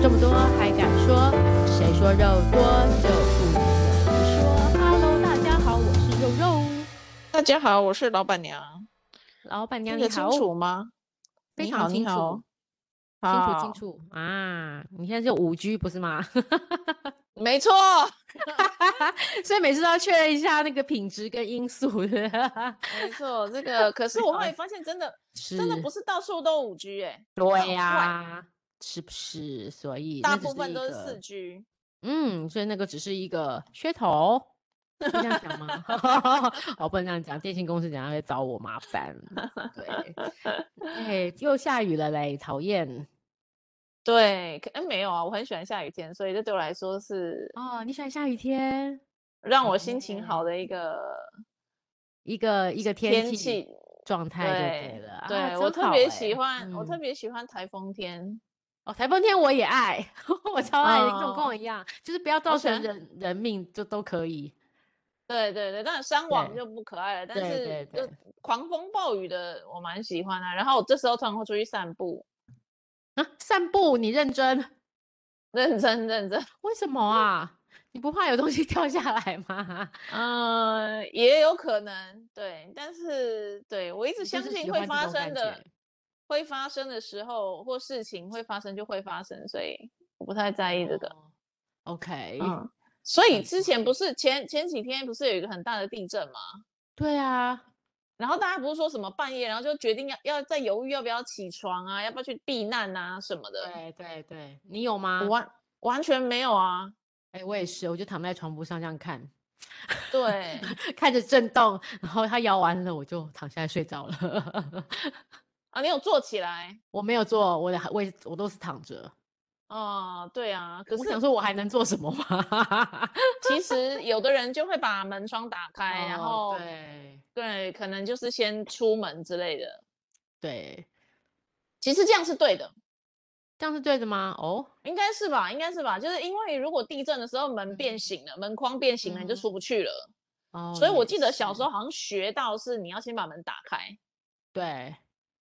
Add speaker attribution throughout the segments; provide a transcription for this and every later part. Speaker 1: 这么多还敢说？谁说肉多就不能说？Hello，大家好，我是肉肉。
Speaker 2: 大家好，我是老板娘。
Speaker 1: 老板娘
Speaker 2: 听
Speaker 1: 你
Speaker 2: 得清
Speaker 1: 好，
Speaker 2: 楚吗？
Speaker 1: 非
Speaker 2: 你
Speaker 1: 常
Speaker 2: 好
Speaker 1: 清
Speaker 2: 你
Speaker 1: 楚，
Speaker 2: 好
Speaker 1: 清楚
Speaker 2: 好，
Speaker 1: 清楚啊！你现在就五 G 不是 吗？
Speaker 2: 没错，
Speaker 1: 所以每次都要确认一下那个品质跟因素的，
Speaker 2: 没错。 这个可是
Speaker 1: 非
Speaker 2: 我
Speaker 1: 常
Speaker 2: 后来发现，真的
Speaker 1: 是
Speaker 2: 真的不是到处都五 G 哎，
Speaker 1: 对
Speaker 2: 很
Speaker 1: 呀、
Speaker 2: 坏
Speaker 1: 是不是？所以
Speaker 2: 大
Speaker 1: 那只
Speaker 2: 部分
Speaker 1: 一
Speaker 2: 都是
Speaker 1: 个
Speaker 2: 四 G。
Speaker 1: 嗯，所以那个只是一个噱头，可以这样讲吗？ 哦，不能这样讲，电信公司等下会找我麻烦。对，哎、又下雨了嘞，讨厌
Speaker 2: 对，可哎没有啊，我很喜欢下雨天，所以这对我来说是
Speaker 1: 哦！你喜欢下雨天？
Speaker 2: 让我心情
Speaker 1: 哦
Speaker 2: 好的一个
Speaker 1: 一个一个天
Speaker 2: 天气。
Speaker 1: 状态就
Speaker 2: 对
Speaker 1: 了。啊
Speaker 2: 对我
Speaker 1: 真
Speaker 2: 特
Speaker 1: 好
Speaker 2: 别喜
Speaker 1: 哎
Speaker 2: 欢，我特
Speaker 1: 嗯
Speaker 2: 别喜欢台风天。
Speaker 1: 哦，台风天我也爱， 我超爱，跟我跟
Speaker 2: 哦
Speaker 1: 我一样，就是不要造
Speaker 2: 我喜
Speaker 1: 成
Speaker 2: 欢
Speaker 1: 人人命就都可以。
Speaker 2: 对对对，但是山网
Speaker 1: 对
Speaker 2: 就不可爱了，但
Speaker 1: 对
Speaker 2: 是
Speaker 1: 对
Speaker 2: 就
Speaker 1: 对
Speaker 2: 狂风暴雨的我蛮喜欢的、啊然后我这时候通常会出去散步，
Speaker 1: 啊，散步你认真。
Speaker 2: 认真认真，
Speaker 1: 为什么啊？ 你不怕有东西 掉下来吗？
Speaker 2: 嗯、也有可能对，但是对我一直
Speaker 1: 你就
Speaker 2: 相
Speaker 1: 是
Speaker 2: 信
Speaker 1: 喜
Speaker 2: 会
Speaker 1: 欢这
Speaker 2: 发
Speaker 1: 种
Speaker 2: 生
Speaker 1: 感
Speaker 2: 的
Speaker 1: 觉，
Speaker 2: 会发生的时候或事情会发生就会发生，所以我不太在意这个。
Speaker 1: 哦 OK，、
Speaker 2: 嗯，所以
Speaker 1: 很
Speaker 2: 之前不是前前几天不是有一个很大的地震吗？
Speaker 1: 对啊，
Speaker 2: 然后大家不是说什么半夜，然后就决定要要在犹豫要不要起床啊，要不要去避难啊什么的。
Speaker 1: 对对对，你有吗
Speaker 2: 我？完完全没有啊，
Speaker 1: 哎、我也是，我就躺在床铺上这样看，
Speaker 2: 对
Speaker 1: 看着震动，然后它摇完了，我就躺下来睡着了。
Speaker 2: 啊，你有坐起来
Speaker 1: 我没有做，我的我也我都是躺着。
Speaker 2: 哦，对啊，可
Speaker 1: 我想
Speaker 2: 是
Speaker 1: 说，我还能做什么吗？
Speaker 2: 其实有的人就会把门窗打开，哎然
Speaker 1: 哦
Speaker 2: 后
Speaker 1: 对
Speaker 2: 对，可能就是先出门之类的，
Speaker 1: 对，
Speaker 2: 其实这样是对的，
Speaker 1: 这样是对的吗？哦，
Speaker 2: 应该是吧，应该是吧，就是因为如果地震的时候门变
Speaker 1: 嗯
Speaker 2: 形了，门框变形了，你就
Speaker 1: 嗯
Speaker 2: 出不去了，
Speaker 1: 哦，
Speaker 2: 所以我
Speaker 1: 也
Speaker 2: 记得小时
Speaker 1: 是
Speaker 2: 候好像学到是你要先把门打开。
Speaker 1: 对，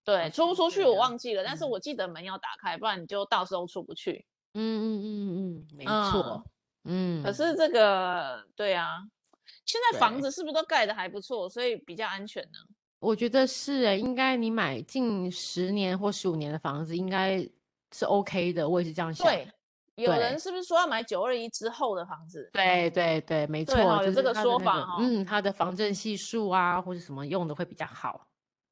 Speaker 2: 对，出
Speaker 1: 像
Speaker 2: 不
Speaker 1: 是
Speaker 2: 出
Speaker 1: 哦这
Speaker 2: 去我
Speaker 1: 样
Speaker 2: 忘记了，但是
Speaker 1: 嗯
Speaker 2: 我记得门要打开，不然你就到时候出不去。
Speaker 1: 嗯嗯嗯嗯，没错，嗯，
Speaker 2: 可是这个，对啊，现在房
Speaker 1: 对
Speaker 2: 子是不是都盖的还不错，所以比较安全呢？
Speaker 1: 我觉得是诶，应该你买近十年或十五年的房子应该是 OK 的，我也是这样想。
Speaker 2: 对，有人
Speaker 1: 对
Speaker 2: 是不是说要买九二一之后的房子？
Speaker 1: 对对对，没
Speaker 2: 对
Speaker 1: 错，
Speaker 2: 哈有
Speaker 1: 就是
Speaker 2: 这个
Speaker 1: 它的
Speaker 2: 说
Speaker 1: 那
Speaker 2: 法
Speaker 1: 个
Speaker 2: 哈
Speaker 1: 嗯，它的防震系数啊，或者什么用的会比较好，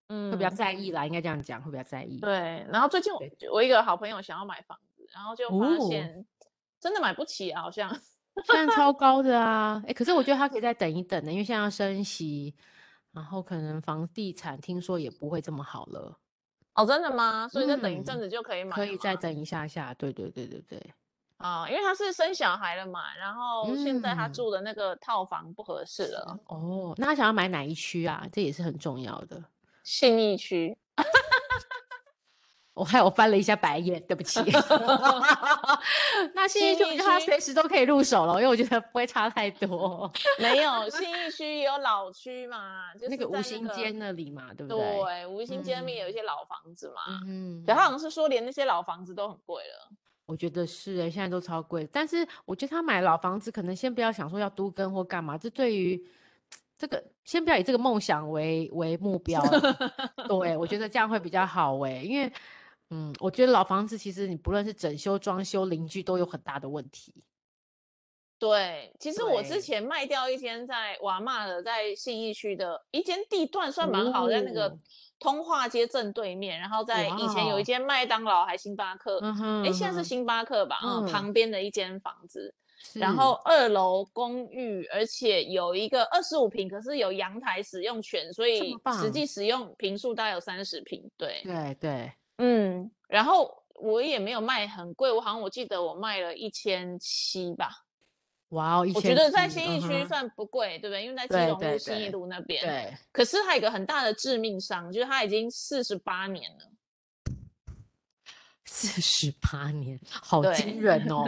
Speaker 1: 会比较
Speaker 2: 嗯，
Speaker 1: 在意啦，应该这样讲，会比较在意。
Speaker 2: 对。然后最近我
Speaker 1: 对
Speaker 2: 我一个好朋友想要买房子，然后就发
Speaker 1: 哦
Speaker 2: 现真的买不起啊，好像。
Speaker 1: 现在超高的啊，诶，可是我觉得它可以再等一等的，因为现在要升息，然后可能房地产听说也不会这么好了，
Speaker 2: 哦，真的吗？所以再等一阵
Speaker 1: 嗯
Speaker 2: 子就可以买
Speaker 1: 可
Speaker 2: 了
Speaker 1: 以再
Speaker 2: 吗
Speaker 1: 等一下下。对对对对对，
Speaker 2: 啊、因为他是生小孩了嘛，然后现在他
Speaker 1: 嗯
Speaker 2: 住的那个套房不合适了。
Speaker 1: 哦，那他想要买哪一区啊？这也是很重要的。
Speaker 2: 信义区，
Speaker 1: 我害我翻了一下白眼，对不 起。那新一区
Speaker 2: 新
Speaker 1: 我
Speaker 2: 一
Speaker 1: 觉得他
Speaker 2: 区
Speaker 1: 随时都可以入手了，因为我觉得不会差太多。
Speaker 2: 没有信义区也有老区嘛，就是
Speaker 1: 那个
Speaker 2: 在
Speaker 1: 吴兴
Speaker 2: 个
Speaker 1: 街那里嘛，对不对？
Speaker 2: 对，无形街那边有一些老房子嘛，
Speaker 1: 嗯，
Speaker 2: 可他好像是说连那些老房子都很贵了。
Speaker 1: 我觉得是诶，现在都超贵。但是我觉得他买老房子，可能先不要想说要都更或干嘛，这对于这个先不要以这个梦想为为目标啦。对，我觉得这样会比较好诶，因为，嗯，我觉得老房子其实你不论是整修、装修、邻居都有很大的问题。
Speaker 2: 对，其实我之
Speaker 1: 对
Speaker 2: 前卖掉一间在瓦嬷的，在信义区的一间地段算蛮好，在那个
Speaker 1: 哦
Speaker 2: 通化街正对面，然后在以前有
Speaker 1: 哇哦
Speaker 2: 一间麦当劳还星巴克，
Speaker 1: 嗯哼，
Speaker 2: 诶，现在是星巴克吧？嗯，
Speaker 1: 嗯
Speaker 2: 旁边的一间房子，
Speaker 1: 是，
Speaker 2: 然后二楼公寓，而且有一个二十五平，可是有阳台使用权，所以实
Speaker 1: 棒
Speaker 2: 际使用平数大概有三十平。对，
Speaker 1: 对对，
Speaker 2: 嗯，然后我也没有卖很贵，我好像我记得我卖了一千七吧，
Speaker 1: 哇哦，一
Speaker 2: 我
Speaker 1: 千
Speaker 2: 觉得在
Speaker 1: 七
Speaker 2: 新义区
Speaker 1: 嗯哼
Speaker 2: 算不贵，对不对？因为在
Speaker 1: 对
Speaker 2: 基隆路、
Speaker 1: 对
Speaker 2: 新义
Speaker 1: 对
Speaker 2: 路那边。。
Speaker 1: 对，
Speaker 2: 可是它有一个很大的致命伤，就是它已经四十八年了。
Speaker 1: 四十八年，好
Speaker 2: 对
Speaker 1: 惊人 哦！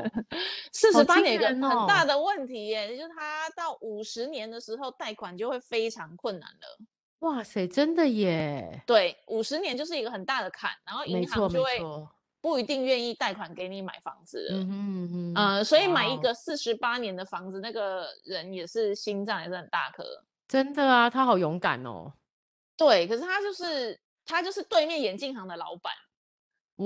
Speaker 2: 四
Speaker 1: 好
Speaker 2: 十八
Speaker 1: 惊
Speaker 2: 年有一个
Speaker 1: 人
Speaker 2: 很大
Speaker 1: 哦
Speaker 2: 的问题耶，就是它到五十年的时候贷款就会非常困难了。
Speaker 1: 哇塞，真的耶，
Speaker 2: 对，五十年就是一个很大的坎，然后
Speaker 1: 没
Speaker 2: 银
Speaker 1: 错
Speaker 2: 行
Speaker 1: 没
Speaker 2: 就会
Speaker 1: 错，
Speaker 2: 不一定愿意贷款给你买房子的。
Speaker 1: 嗯哼嗯哼，
Speaker 2: 呃，所以买一
Speaker 1: 哇哦
Speaker 2: 个四十八年的房子，那个人也是心脏也是很大颗。
Speaker 1: 真的啊，他好勇敢哦。
Speaker 2: 对，可是他就是他就是对面眼镜行的老板，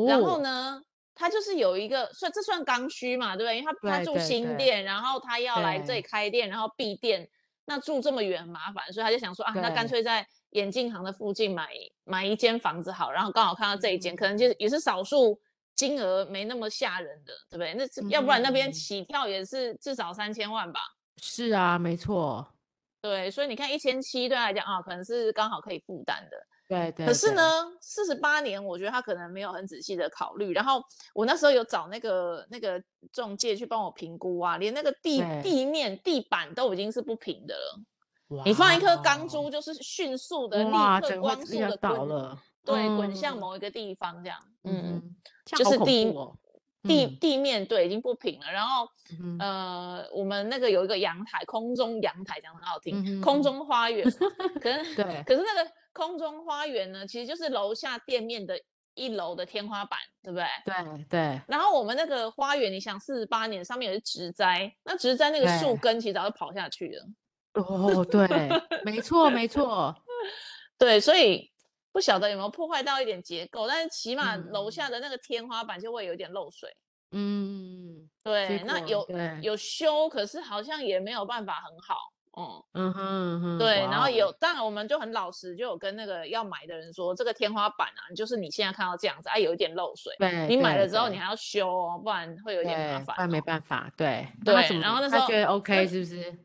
Speaker 2: 然后
Speaker 1: 哦？
Speaker 2: 呢，他就是有一个算这算刚需嘛，对不对？因为他他
Speaker 1: 对
Speaker 2: 住
Speaker 1: 对
Speaker 2: 新
Speaker 1: 对
Speaker 2: 店，然后他要来这
Speaker 1: 对
Speaker 2: 里开店，然后闭店，那住这么远很麻烦，所以他就想说啊，那干
Speaker 1: 对
Speaker 2: 脆在眼镜行的附近买买一间房子好，然后刚好看到这一间，可能就是也是少数。金额没那么吓人的，对不对？那是要不然那边
Speaker 1: 嗯
Speaker 2: 起跳也是至少三千万吧，
Speaker 1: 是啊，没错，
Speaker 2: 对，所以你看一千七对他来讲啊，可能是刚好可以负担的。
Speaker 1: 对对。
Speaker 2: 可是
Speaker 1: 对，
Speaker 2: 呢，四十八年，我觉得他可能没有很仔细的考虑。然后我那时候有找那个那个中介去帮我评估啊，连那个地
Speaker 1: 对
Speaker 2: 地面地板都已经是不平的了。你放一颗钢
Speaker 1: 哇哦
Speaker 2: 珠，就是迅速的、立
Speaker 1: 哇，
Speaker 2: 刻
Speaker 1: 整个
Speaker 2: 光
Speaker 1: 力
Speaker 2: 速
Speaker 1: 量
Speaker 2: 的
Speaker 1: 倒
Speaker 2: 滚，
Speaker 1: 了，
Speaker 2: 对，滚向
Speaker 1: 嗯
Speaker 2: 某一个地方这样。嗯，
Speaker 1: 嗯哼，
Speaker 2: 就是地
Speaker 1: 地
Speaker 2: 地地面对已经不平了。然后
Speaker 1: 嗯哼
Speaker 2: 呃，我们那个有一个阳台，空中阳台讲得很好听，
Speaker 1: 嗯哼
Speaker 2: 空
Speaker 1: 嗯
Speaker 2: 中花园 嘛。可是
Speaker 1: 对
Speaker 2: 可是那个空中花园呢，其实就是楼下店面的一楼的天花板，对不对？
Speaker 1: 对对，
Speaker 2: 然后我们那个花园，你想四十八年上面有是植栽，那植栽那个树
Speaker 1: 对
Speaker 2: 根其实早就跑下去了。
Speaker 1: 哦 对，没错没错，
Speaker 2: 对，所以不晓得有没有破坏到一点结构，但是起码楼下
Speaker 1: 嗯
Speaker 2: 的那个天花板就会有一点漏水。
Speaker 1: 嗯，
Speaker 2: 对
Speaker 1: 结，
Speaker 2: 那
Speaker 1: 果
Speaker 2: 有
Speaker 1: 对，
Speaker 2: 有修，可是好像也没有办法很好。嗯，
Speaker 1: 嗯哼嗯哼，
Speaker 2: 对，然后
Speaker 1: 哇
Speaker 2: 有，
Speaker 1: 哦
Speaker 2: 当然我们就很老实，就有跟那个要买的人说，这个天花板啊，就是你现在看到这样子，啊，有一点漏水，
Speaker 1: 对，
Speaker 2: 你买
Speaker 1: 哎对
Speaker 2: 了之后你
Speaker 1: 对
Speaker 2: 还要修哦，不然会有点麻
Speaker 1: 对，不然
Speaker 2: 烦、
Speaker 1: 没
Speaker 2: 哦。
Speaker 1: 办法，对那他
Speaker 2: 对
Speaker 1: 怎么
Speaker 2: 然后那时
Speaker 1: 他
Speaker 2: 候
Speaker 1: 觉得 OK
Speaker 2: 那
Speaker 1: 是不是？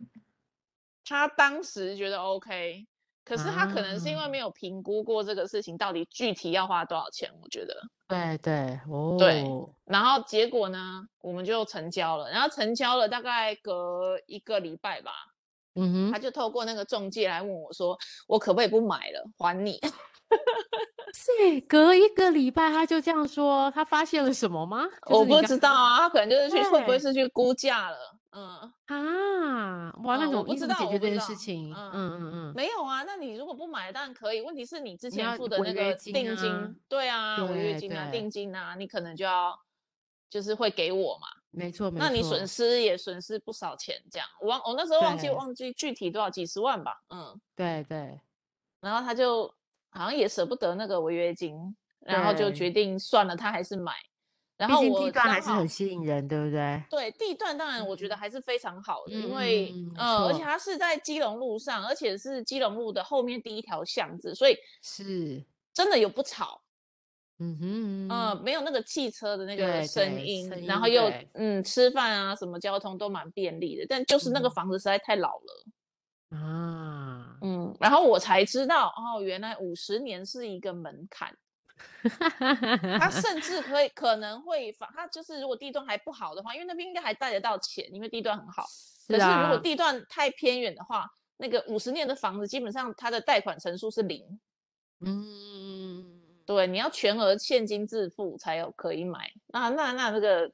Speaker 2: 他当时觉得 OK，可是他可能是因为
Speaker 1: 啊
Speaker 2: 没有评估过这个事情到底具体要花多少钱，我觉得。
Speaker 1: 对对哦，
Speaker 2: 然后结果呢，我们就成交了，然后成交了大概隔一个礼拜吧，
Speaker 1: 嗯
Speaker 2: 他
Speaker 1: 哼，
Speaker 2: 就透过那个中介来问我说，我可不可以不买了，还你？
Speaker 1: 是隔一个礼拜他就这样说，他发现了什么吗？就是
Speaker 2: 我
Speaker 1: 你
Speaker 2: 不
Speaker 1: 刚
Speaker 2: 知道啊，他可能就是去会不
Speaker 1: 对
Speaker 2: 会是去估价了？嗯，
Speaker 1: 啊，哇，那
Speaker 2: 嗯
Speaker 1: 怎
Speaker 2: 我
Speaker 1: 么
Speaker 2: 不
Speaker 1: 你
Speaker 2: 知
Speaker 1: 怎么
Speaker 2: 道
Speaker 1: 解
Speaker 2: 我
Speaker 1: 决
Speaker 2: 不
Speaker 1: 这
Speaker 2: 知
Speaker 1: 件
Speaker 2: 道
Speaker 1: 事情？
Speaker 2: 嗯
Speaker 1: 嗯嗯嗯。
Speaker 2: 没有啊，那你如果不买当然可以，问题是你之前
Speaker 1: 要
Speaker 2: 付的
Speaker 1: 违
Speaker 2: 那
Speaker 1: 约
Speaker 2: 个
Speaker 1: 金
Speaker 2: 定
Speaker 1: 啊
Speaker 2: 金，对啊，违约
Speaker 1: 对
Speaker 2: 金啊，
Speaker 1: 对
Speaker 2: 定金啊，你可能就要就是会给我嘛，
Speaker 1: 没错，没错。
Speaker 2: 那你损失也损失不少钱，这样。我忘我那时候忘记
Speaker 1: 对
Speaker 2: 忘记具体多少，几十万吧，嗯，
Speaker 1: 对对
Speaker 2: 然后他就好像也舍不得那个违约金，然后就
Speaker 1: 对
Speaker 2: 决定算了，他还是买。然
Speaker 1: 毕
Speaker 2: 后
Speaker 1: 竟
Speaker 2: 我
Speaker 1: 地段
Speaker 2: 刚
Speaker 1: 还是
Speaker 2: 好
Speaker 1: 很吸引人，对不对？
Speaker 2: 对地段，当然我觉得
Speaker 1: 嗯
Speaker 2: 还是非常好的，因
Speaker 1: 嗯
Speaker 2: 为
Speaker 1: 嗯嗯没
Speaker 2: 呃，而且
Speaker 1: 错
Speaker 2: 它是在基隆路上，而且是基隆路的后面第一条巷子，所以
Speaker 1: 是，
Speaker 2: 真的有不吵，
Speaker 1: 嗯哼，
Speaker 2: 呃，没有那个汽车的那个
Speaker 1: 对
Speaker 2: 声
Speaker 1: 对
Speaker 2: 音，
Speaker 1: 声
Speaker 2: 然后
Speaker 1: 音
Speaker 2: 又
Speaker 1: 对
Speaker 2: 嗯，吃饭啊什么交通都蛮便利的，但就是那个
Speaker 1: 嗯
Speaker 2: 房子实在太老了，
Speaker 1: 啊，
Speaker 2: 嗯，然后我才知道哦，原来五十年是一个 门槛，
Speaker 1: 啊
Speaker 2: 它甚至可以可能会发，它就是如果地段还不好的话，因为那边应该还贷得到钱，因为地段很好。可是如果
Speaker 1: 啊，
Speaker 2: 地段太偏远的话，那个五十年的房子基本上它的贷款成数是零，
Speaker 1: 嗯，
Speaker 2: 对，你要全额现金自付才有可以买。那那那这个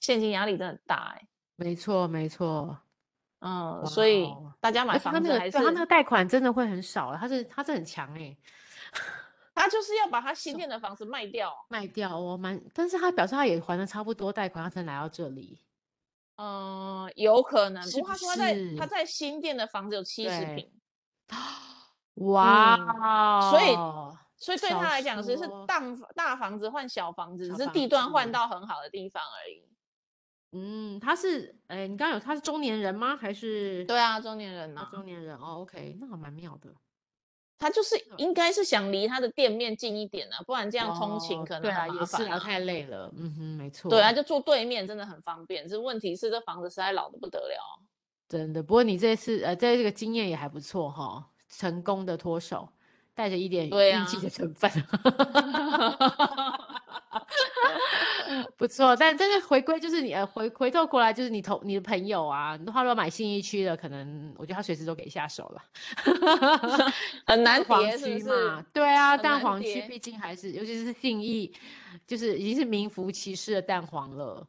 Speaker 2: 现金压力真的很大哎、
Speaker 1: 没错没错。
Speaker 2: 嗯，
Speaker 1: 哇
Speaker 2: 所以
Speaker 1: 哦
Speaker 2: 大家买
Speaker 1: 而且他
Speaker 2: 房
Speaker 1: 那
Speaker 2: 子
Speaker 1: 个
Speaker 2: 还是
Speaker 1: 对他啊那个贷款真的会很少，他是他是很强哎，
Speaker 2: 他就是要把他新
Speaker 1: 手
Speaker 2: 建的房子卖掉。
Speaker 1: 卖掉我蛮，但是他表示他也还的差不多贷款，他才来到这里。
Speaker 2: 嗯，有可能。
Speaker 1: 是
Speaker 2: 不过
Speaker 1: 不
Speaker 2: 他说他在他
Speaker 1: 是
Speaker 2: 在新店的房子有七十
Speaker 1: 对
Speaker 2: 平，
Speaker 1: 哇
Speaker 2: 以
Speaker 1: 哦，
Speaker 2: 嗯所以对
Speaker 1: 少
Speaker 2: 他来讲只是
Speaker 1: 说
Speaker 2: 大大房子换小房子，只
Speaker 1: 小
Speaker 2: 是
Speaker 1: 房
Speaker 2: 地段换
Speaker 1: 子
Speaker 2: 到很好的地方而已。
Speaker 1: 嗯，他是，哎，你刚刚有他是中年人吗？还是
Speaker 2: 对啊，中年人呐、
Speaker 1: 啊中年人？哦，OK，那还蛮妙的。
Speaker 2: 他就是
Speaker 1: 对
Speaker 2: 应该是想离他的店面近一点啊，不然这样通勤
Speaker 1: 哦
Speaker 2: 可
Speaker 1: 对
Speaker 2: 能
Speaker 1: 啊，
Speaker 2: 很
Speaker 1: 也
Speaker 2: 麻
Speaker 1: 是
Speaker 2: 烦、
Speaker 1: 啊，太累了。嗯哼，没错，
Speaker 2: 对，他啊就住对面，真的很方便。只是问题是这房子实在老的不得了。啊
Speaker 1: 真的。不过你这次呃，在这个经验也还不错哈，成功的脱手，带着一点
Speaker 2: 对
Speaker 1: 运气
Speaker 2: 啊
Speaker 1: 的成 分，不错。但但是回归就是你呃回回头过来就是你同你的朋友啊，他如果买信义区的，可能我觉得他随时都可以下手了。
Speaker 2: 很难
Speaker 1: 蛋黄
Speaker 2: 叠，是
Speaker 1: 区
Speaker 2: 不
Speaker 1: 嘛
Speaker 2: 是？，
Speaker 1: 对啊，
Speaker 2: 很
Speaker 1: 蛋
Speaker 2: 难
Speaker 1: 黄区
Speaker 2: 叠
Speaker 1: 毕竟还是，尤其是信义，就是已经是名副其实的蛋黄了。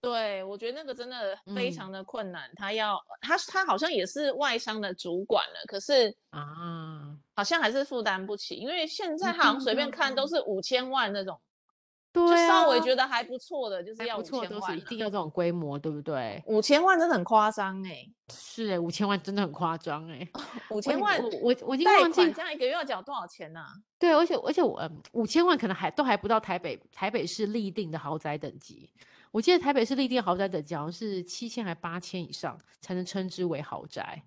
Speaker 2: 对，我觉得那个真的非常
Speaker 1: 嗯
Speaker 2: 的困难。他要他他好像也是外商的主管了，可是
Speaker 1: 啊，
Speaker 2: 好像还是负担不起，因为现在
Speaker 1: 一
Speaker 2: 他好像
Speaker 1: 定
Speaker 2: 随
Speaker 1: 的
Speaker 2: 便看都
Speaker 1: 啊
Speaker 2: 是五千万那种。
Speaker 1: 对、
Speaker 2: 就
Speaker 1: 啊，
Speaker 2: 稍微觉得还不错的，就是
Speaker 1: 还
Speaker 2: 要
Speaker 1: 不
Speaker 2: 五
Speaker 1: 错，
Speaker 2: 千
Speaker 1: 都是
Speaker 2: 万
Speaker 1: 一
Speaker 2: 啊，
Speaker 1: 定要这种规模，对不对？
Speaker 2: 五千万真的很夸张哎，
Speaker 1: 是哎、五千万真的很夸张哎，
Speaker 2: 五
Speaker 1: 五
Speaker 2: 千万
Speaker 1: 我我我已经
Speaker 2: 贷
Speaker 1: 忘
Speaker 2: 款
Speaker 1: 记
Speaker 2: 这样一个月要缴多少钱呐、啊
Speaker 1: 对，而且而且我五千万可能还都还不到台北台北市立定的豪宅等级，我记得台北市立定豪宅等级好像是七千还八千以上才能称之为豪宅。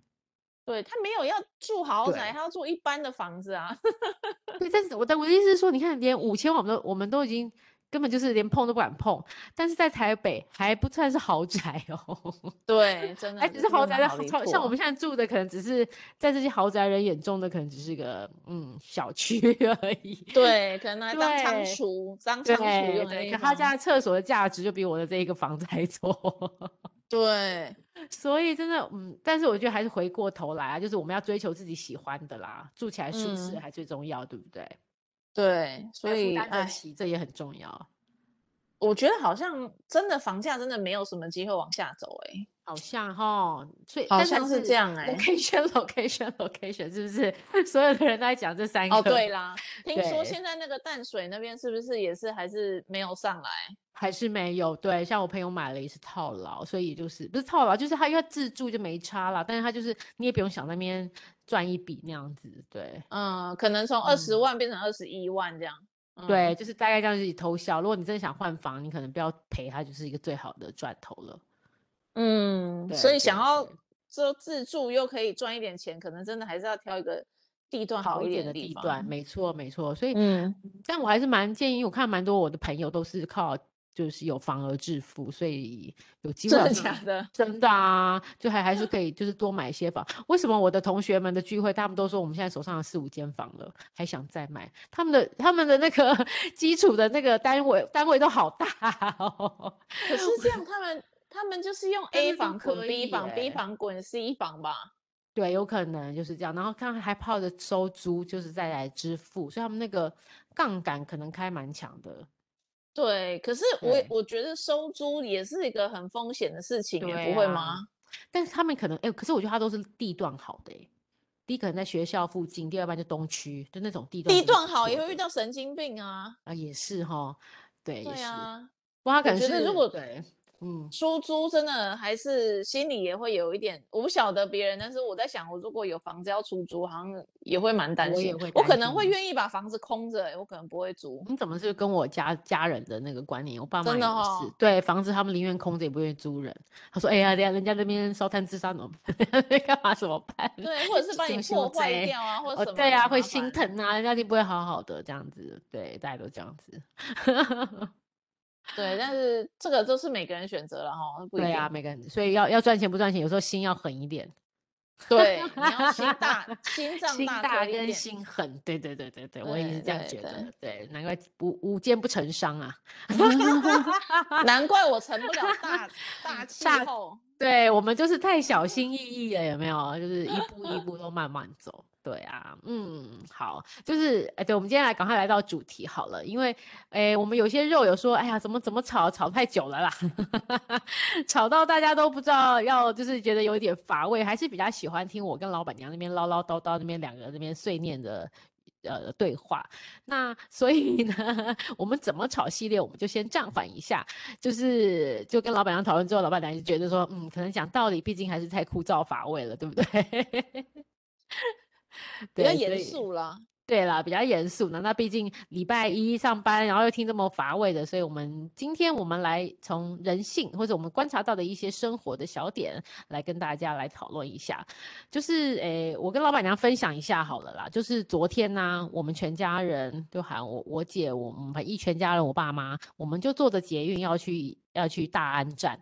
Speaker 2: 对他没有要住豪宅，
Speaker 1: 对
Speaker 2: 他要住一般的房子啊。
Speaker 1: 对，但是我但我的意思是说，你看，连五千我们都我们都已经根本就是连碰都不敢碰，但是在台北还不算是豪宅哦，
Speaker 2: 对，真的，
Speaker 1: 还哎只是
Speaker 2: 真
Speaker 1: 豪宅的
Speaker 2: 好离
Speaker 1: 超像我
Speaker 2: 谱
Speaker 1: 们现在住的，可能只是在这些豪宅人眼中的，可能只是个嗯小区而已。
Speaker 2: 对，可能拿来当仓
Speaker 1: 对
Speaker 2: 储，当
Speaker 1: 对
Speaker 2: 仓储用的
Speaker 1: 对，
Speaker 2: 那
Speaker 1: 可他
Speaker 2: 种
Speaker 1: 家的厕所的价值就比我的这一个房子还多，
Speaker 2: 对
Speaker 1: 所以真的，嗯，但是我觉得还是回过头来啊，就是我们要追求自己喜欢的啦，住起来舒适
Speaker 2: 嗯
Speaker 1: 还最重要，对不对？
Speaker 2: 对，所
Speaker 1: 还负
Speaker 2: 以
Speaker 1: 担得
Speaker 2: 哎，
Speaker 1: 起，这也很重要。
Speaker 2: 我觉得好像真的房价真的没有什么机会往下走、欸，
Speaker 1: 好像哈，所以但
Speaker 2: 好
Speaker 1: 还
Speaker 2: 像是这样、哎，
Speaker 1: location location location 是不是？ 所有的人都在讲这三个。
Speaker 2: 哦，对，啦，听说
Speaker 1: 对
Speaker 2: 现在那个淡水那边是不是也是还是没有上来？
Speaker 1: 还是没有。对，像我朋友买了也是套牢，所以就是不是套牢，就是他因为他自住就没差啦，但是他就是你也不用想那边赚一笔那样子。对、
Speaker 2: 嗯，可能从二十
Speaker 1: 嗯
Speaker 2: 万变成二十一万这样。嗯、
Speaker 1: 对，，就是大概这样自己偷笑。如果你真的想换房，你可能不要赔他，就是一个最好的赚头了。
Speaker 2: 嗯，
Speaker 1: 对
Speaker 2: 所以想
Speaker 1: 对
Speaker 2: 要
Speaker 1: 对
Speaker 2: 就自住又可以赚一点钱，可能真的还是要挑一个地段
Speaker 1: 好
Speaker 2: 一
Speaker 1: 一
Speaker 2: 点
Speaker 1: 点的
Speaker 2: 地
Speaker 1: 地
Speaker 2: 方。
Speaker 1: 段，没错没错。所以，
Speaker 2: 嗯，
Speaker 1: 但我还是蛮建议，我看蛮多我的朋友都是靠就是有房而致富，所以有机会
Speaker 2: 真
Speaker 1: 好
Speaker 2: 的
Speaker 1: 像
Speaker 2: 假的？
Speaker 1: 真的啊，就还还
Speaker 2: 嗯
Speaker 1: 是可以，就是多买一些房。为什么我的同学们的聚会，他们都说我们现在手上有四五间房了，还想再买？他们的他们的那个 基础的那个单位单位都好大哦。
Speaker 2: 可是 这样他们他们就是用
Speaker 1: 但
Speaker 2: A
Speaker 1: 是都
Speaker 2: 房滚
Speaker 1: 可
Speaker 2: B
Speaker 1: 以
Speaker 2: 房，B
Speaker 1: 耶
Speaker 2: 房滚 C 房吧？
Speaker 1: 对，有可能就是这样。然后看还泡着收租，就是再来支付，所以他们那个杠杆可能开蛮强的。
Speaker 2: 对，可是我
Speaker 1: 对
Speaker 2: 我觉得收租也是一个很风险的事情耶，
Speaker 1: 对
Speaker 2: 不会
Speaker 1: 啊
Speaker 2: 吗？
Speaker 1: 但是他们可能，哎、可是我觉得他都是地段好的、欸，第一可能在学校附近，第二班就东区，就那种地段
Speaker 2: 地
Speaker 1: 真的
Speaker 2: 段
Speaker 1: 不
Speaker 2: 好也
Speaker 1: 错
Speaker 2: 会遇
Speaker 1: 的
Speaker 2: 到神经病啊。
Speaker 1: 啊，也是哈，对，也
Speaker 2: 对
Speaker 1: 是。
Speaker 2: 啊，
Speaker 1: 不过他可能
Speaker 2: 觉得
Speaker 1: 是
Speaker 2: 如果
Speaker 1: 对，嗯，
Speaker 2: 出租真的还是心里也会有一点，我不晓得别人，但是我在想，我如果有房子要出租，好像也会蛮担
Speaker 1: 我
Speaker 2: 心。
Speaker 1: 也会
Speaker 2: 我
Speaker 1: 担
Speaker 2: 可能会
Speaker 1: 心
Speaker 2: 愿意把房子空着、欸我可能不会租。
Speaker 1: 你怎么是跟我家家人的那个观念？我爸妈也
Speaker 2: 真的
Speaker 1: 是，
Speaker 2: 哦
Speaker 1: 对房子他们宁愿空着也不愿意租人。他说：“哎呀，人家人家那边烧炭自杀怎么办？ 干嘛怎么办？
Speaker 2: 对，或者 是把
Speaker 1: 嗯什
Speaker 2: 你
Speaker 1: 么
Speaker 2: 破
Speaker 1: 修
Speaker 2: 坏
Speaker 1: 贼
Speaker 2: 掉啊，或者
Speaker 1: 哦，
Speaker 2: 什么。
Speaker 1: 对啊，会
Speaker 2: 心
Speaker 1: 心
Speaker 2: 疼。
Speaker 1: 疼啊，人家一定不会好好的这样子。对，大家都这样子。
Speaker 2: 对，但是这个都是每个人选择了哈，不一
Speaker 1: 对
Speaker 2: 定。
Speaker 1: 啊，每个人，所以要要赚钱不赚钱，有时候心要狠一点，
Speaker 2: 对，你要心大，心脏
Speaker 1: 心
Speaker 2: 大
Speaker 1: 大
Speaker 2: 颗一
Speaker 1: 跟
Speaker 2: 点。
Speaker 1: 心狠。对对对对对，我也
Speaker 2: 对
Speaker 1: 是这样
Speaker 2: 对
Speaker 1: 觉
Speaker 2: 对
Speaker 1: 得。对，难怪无无奸不成商啊。
Speaker 2: 难怪我成 不了大大气
Speaker 1: 大
Speaker 2: 候。
Speaker 1: 对我们就是太小心翼翼了，有没有？就是一步一步都慢慢走。对啊，嗯，好，就是，哎，对，我们今天来赶快来到主题好了，因为，哎，我们有些肉友说，哎呀，怎么怎么吵，吵太久了啦， 吵到大家都不知道要，就是觉得有一点乏味，还是比较喜欢听我跟老板娘那边唠唠叨叨，那边两个人那边碎念的，呃，对话。那所以呢， 我们怎么吵系列，我们就先暂缓一下，就是就跟老板娘讨论之后，老板娘就觉得说，嗯，可能讲道理，毕竟还是太枯燥乏味了，对不对？
Speaker 2: 比较
Speaker 1: 对所
Speaker 2: 严
Speaker 1: 以
Speaker 2: 肃啦。
Speaker 1: 对啦，比较严肃呢。那毕竟礼拜一上班，然后又听这么乏味的，所以我们今天我们来从人性或者我们观察到的一些生活的小点来跟大家来讨论一下。就是诶、我跟老板娘分享一下好了啦。就是昨天呢、我们全家人就喊我、我姐、我我们一全家人，我爸妈，我们就坐着捷运要去要去大安站。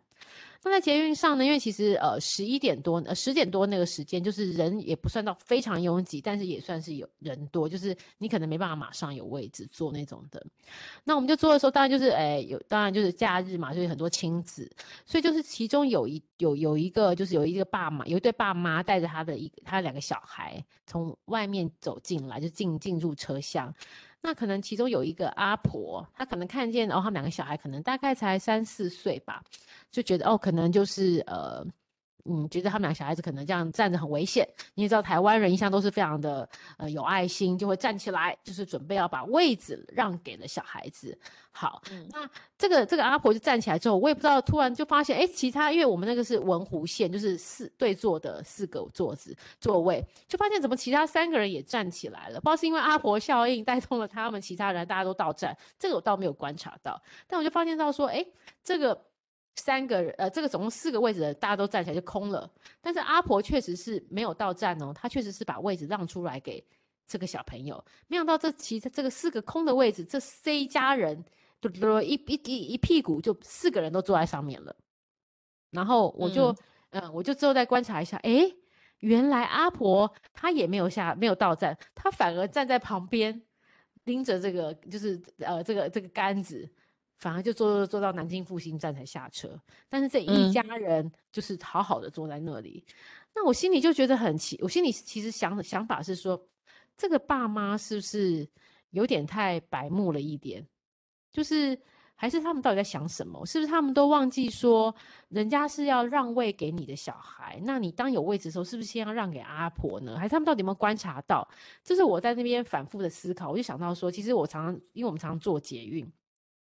Speaker 1: 那在捷运上呢，因为其实呃十一点多呃十点多那个时间，就是人也不算到非常拥挤，但是也算是有人多，就是你可能没办法马上有位置坐那种的。那我们就坐的时候，当然就是诶、有，当然就是假日嘛，就是很多亲子，所以就是其中有一有有一个就是有一个爸妈，有一对爸妈带着他的一他的两个小孩从外面走进来，就进进入车厢。那可能其中有一个阿婆，她可能看见哦，他们两个小孩可能大概才三四岁吧，就觉得哦，可能就是呃嗯，觉得他们俩小孩子可能这样站着很危险。你也知道台湾人一向都是非常的呃有爱心，就会站起来，就是准备要把位置让给了小孩子。好，
Speaker 2: 嗯
Speaker 1: 那这个这个阿婆就站起来之后，我也不知道，突然就发现，哎，其他因为我们那个是文湖线，就是四对坐的四个座子座位，就发现怎么其他三个人也站起来了，不知道是因为阿婆效应带动了他们其他人，大家都到站，这个我倒没有观察到，但我就发现到说，哎，这个三个人，呃，这个总共四个位置的大家都站起来就空了，但是阿婆确实是没有到站哦，她确实是把位置让出来给这个小朋友，没想到这其这个四个空的位置，这 C 家人，嘟嘟嘟一一一一屁股就四个人都坐在上面了。然后我就，嗯、我就之后再观察一下，诶，原来阿婆她也没有下，没有到站，她反而站在旁边，拎着这个就是呃这个这个杆子，反而就坐坐坐到南京复兴站才下车。但是这一
Speaker 2: 嗯
Speaker 1: 家人就是好好的坐在那里，那我心里就觉得很奇，我心里其实想想法是说，这个爸妈是不是有点太白目了一点？就是还是他们到底在想什么？是不是他们都忘记说，人家是要让位给你的小孩？那你当有位置的时候，是不是先要让给阿婆呢？还是他们到底有没有观察到？这是我在那边反复的思考，我就想到说，其实我常常因为我们常常做捷运，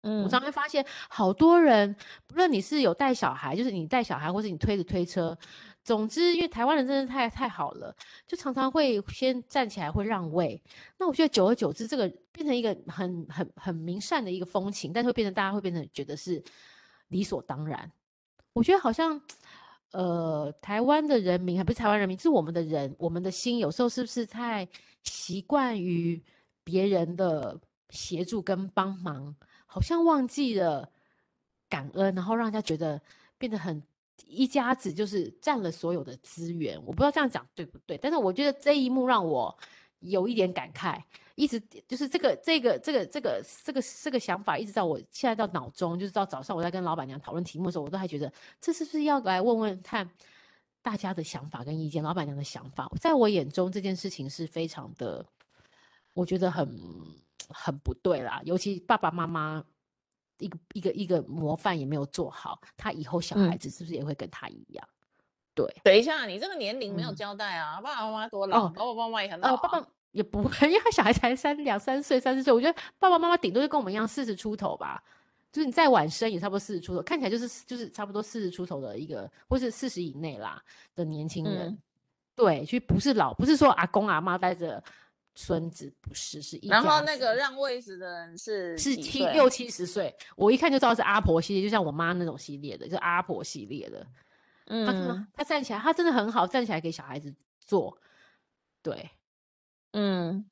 Speaker 1: 我
Speaker 2: 嗯
Speaker 1: 常常会发现，好多人，不论你是有带小孩，就是你带小孩，或是你推着推车，总之，因为台湾人真的太太好了，就常常会先站起来会让位。那我觉得久而久之，这个变成一个很很很明善的一个风情，但是会变成大家会变成觉得是理所当然。我觉得好像，呃，台湾的人民还不是台湾人民，是我们的人，我们的心有时候是不是太习惯于别人的协助跟帮忙，好像忘记了感恩，然后让人家觉得变得很一家子就是占了所有的资源。我不知道这样讲对不对，但是我觉得这一幕让我有一点感慨，一直就是这个这个这个这个这个这个想法，一直到我现在到脑中，就是到早上我在跟老板娘讨论题目的时候，我都还觉得这是不是要来问问看大家的想法跟意见，老板娘的想法，在我眼中这件事情是非常的，我觉得很很不对啦，尤其爸爸妈妈。一个一个一个模范也没有做好，他以后小孩
Speaker 2: 嗯
Speaker 1: 子是不是也会跟他一样？
Speaker 2: 等一下，你这个年龄没有
Speaker 1: 嗯
Speaker 2: 交代啊，爸爸妈妈多老，
Speaker 1: 哦
Speaker 2: 爸爸妈妈也很老
Speaker 1: 呃，
Speaker 2: 啊。
Speaker 1: 爸爸也不会，因为他小孩才三两三岁、三四岁，我觉得爸爸妈妈顶多就跟我们一样四十出头吧，就是你再晚生也差不多四十出头，看起来就是就是差不多四十出头的一个，或是四十以内啦的年轻人。
Speaker 2: 嗯
Speaker 1: 对，就不是老，不是说阿公阿妈带着孙子，不是，是一
Speaker 2: 然后
Speaker 1: 家
Speaker 2: 那
Speaker 1: 子
Speaker 2: 个让位置的人是
Speaker 1: 是
Speaker 2: 几
Speaker 1: 七
Speaker 2: 岁
Speaker 1: 六七十岁，我一看就知道是阿婆系列，就像我妈那种系列的，就阿婆系列的。她真的
Speaker 2: 嗯
Speaker 1: 她站起来，她真的很好，站起来给小孩子做。对，
Speaker 2: 嗯，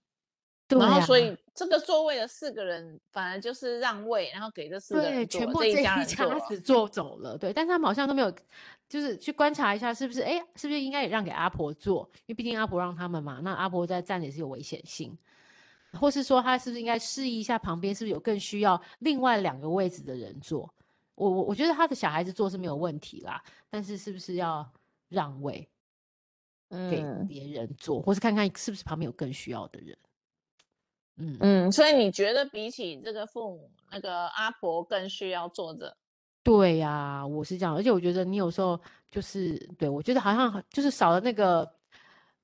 Speaker 1: 对啊
Speaker 2: 然后
Speaker 1: 呀
Speaker 2: 所以这个座位的四个人反而就是让位，然后给这四个
Speaker 1: 对，
Speaker 2: 人坐
Speaker 1: 全部
Speaker 2: 这
Speaker 1: 一
Speaker 2: 家人坐
Speaker 1: 家
Speaker 2: 了。
Speaker 1: 子坐走了，对，但是他们好像都没有，就是去观察一下是不是，哎，是不是应该也让给阿婆坐？因为毕竟阿婆让他们嘛，那阿婆在站也是有危险性，或是说他是不是应该示意一下旁边是不是有更需要另外两个位置的人坐？我我我觉得他的小孩子坐是没有问题啦，但是是不是要让位给
Speaker 2: 嗯
Speaker 1: 别人坐，或是看看是不是旁边有更需要的人？嗯，
Speaker 2: 嗯，所以你觉得比起这个父母，那个阿婆更需要坐着？
Speaker 1: 对呀、我是这样，而且我觉得你有时候就是，对，我觉得好像很就是少了那个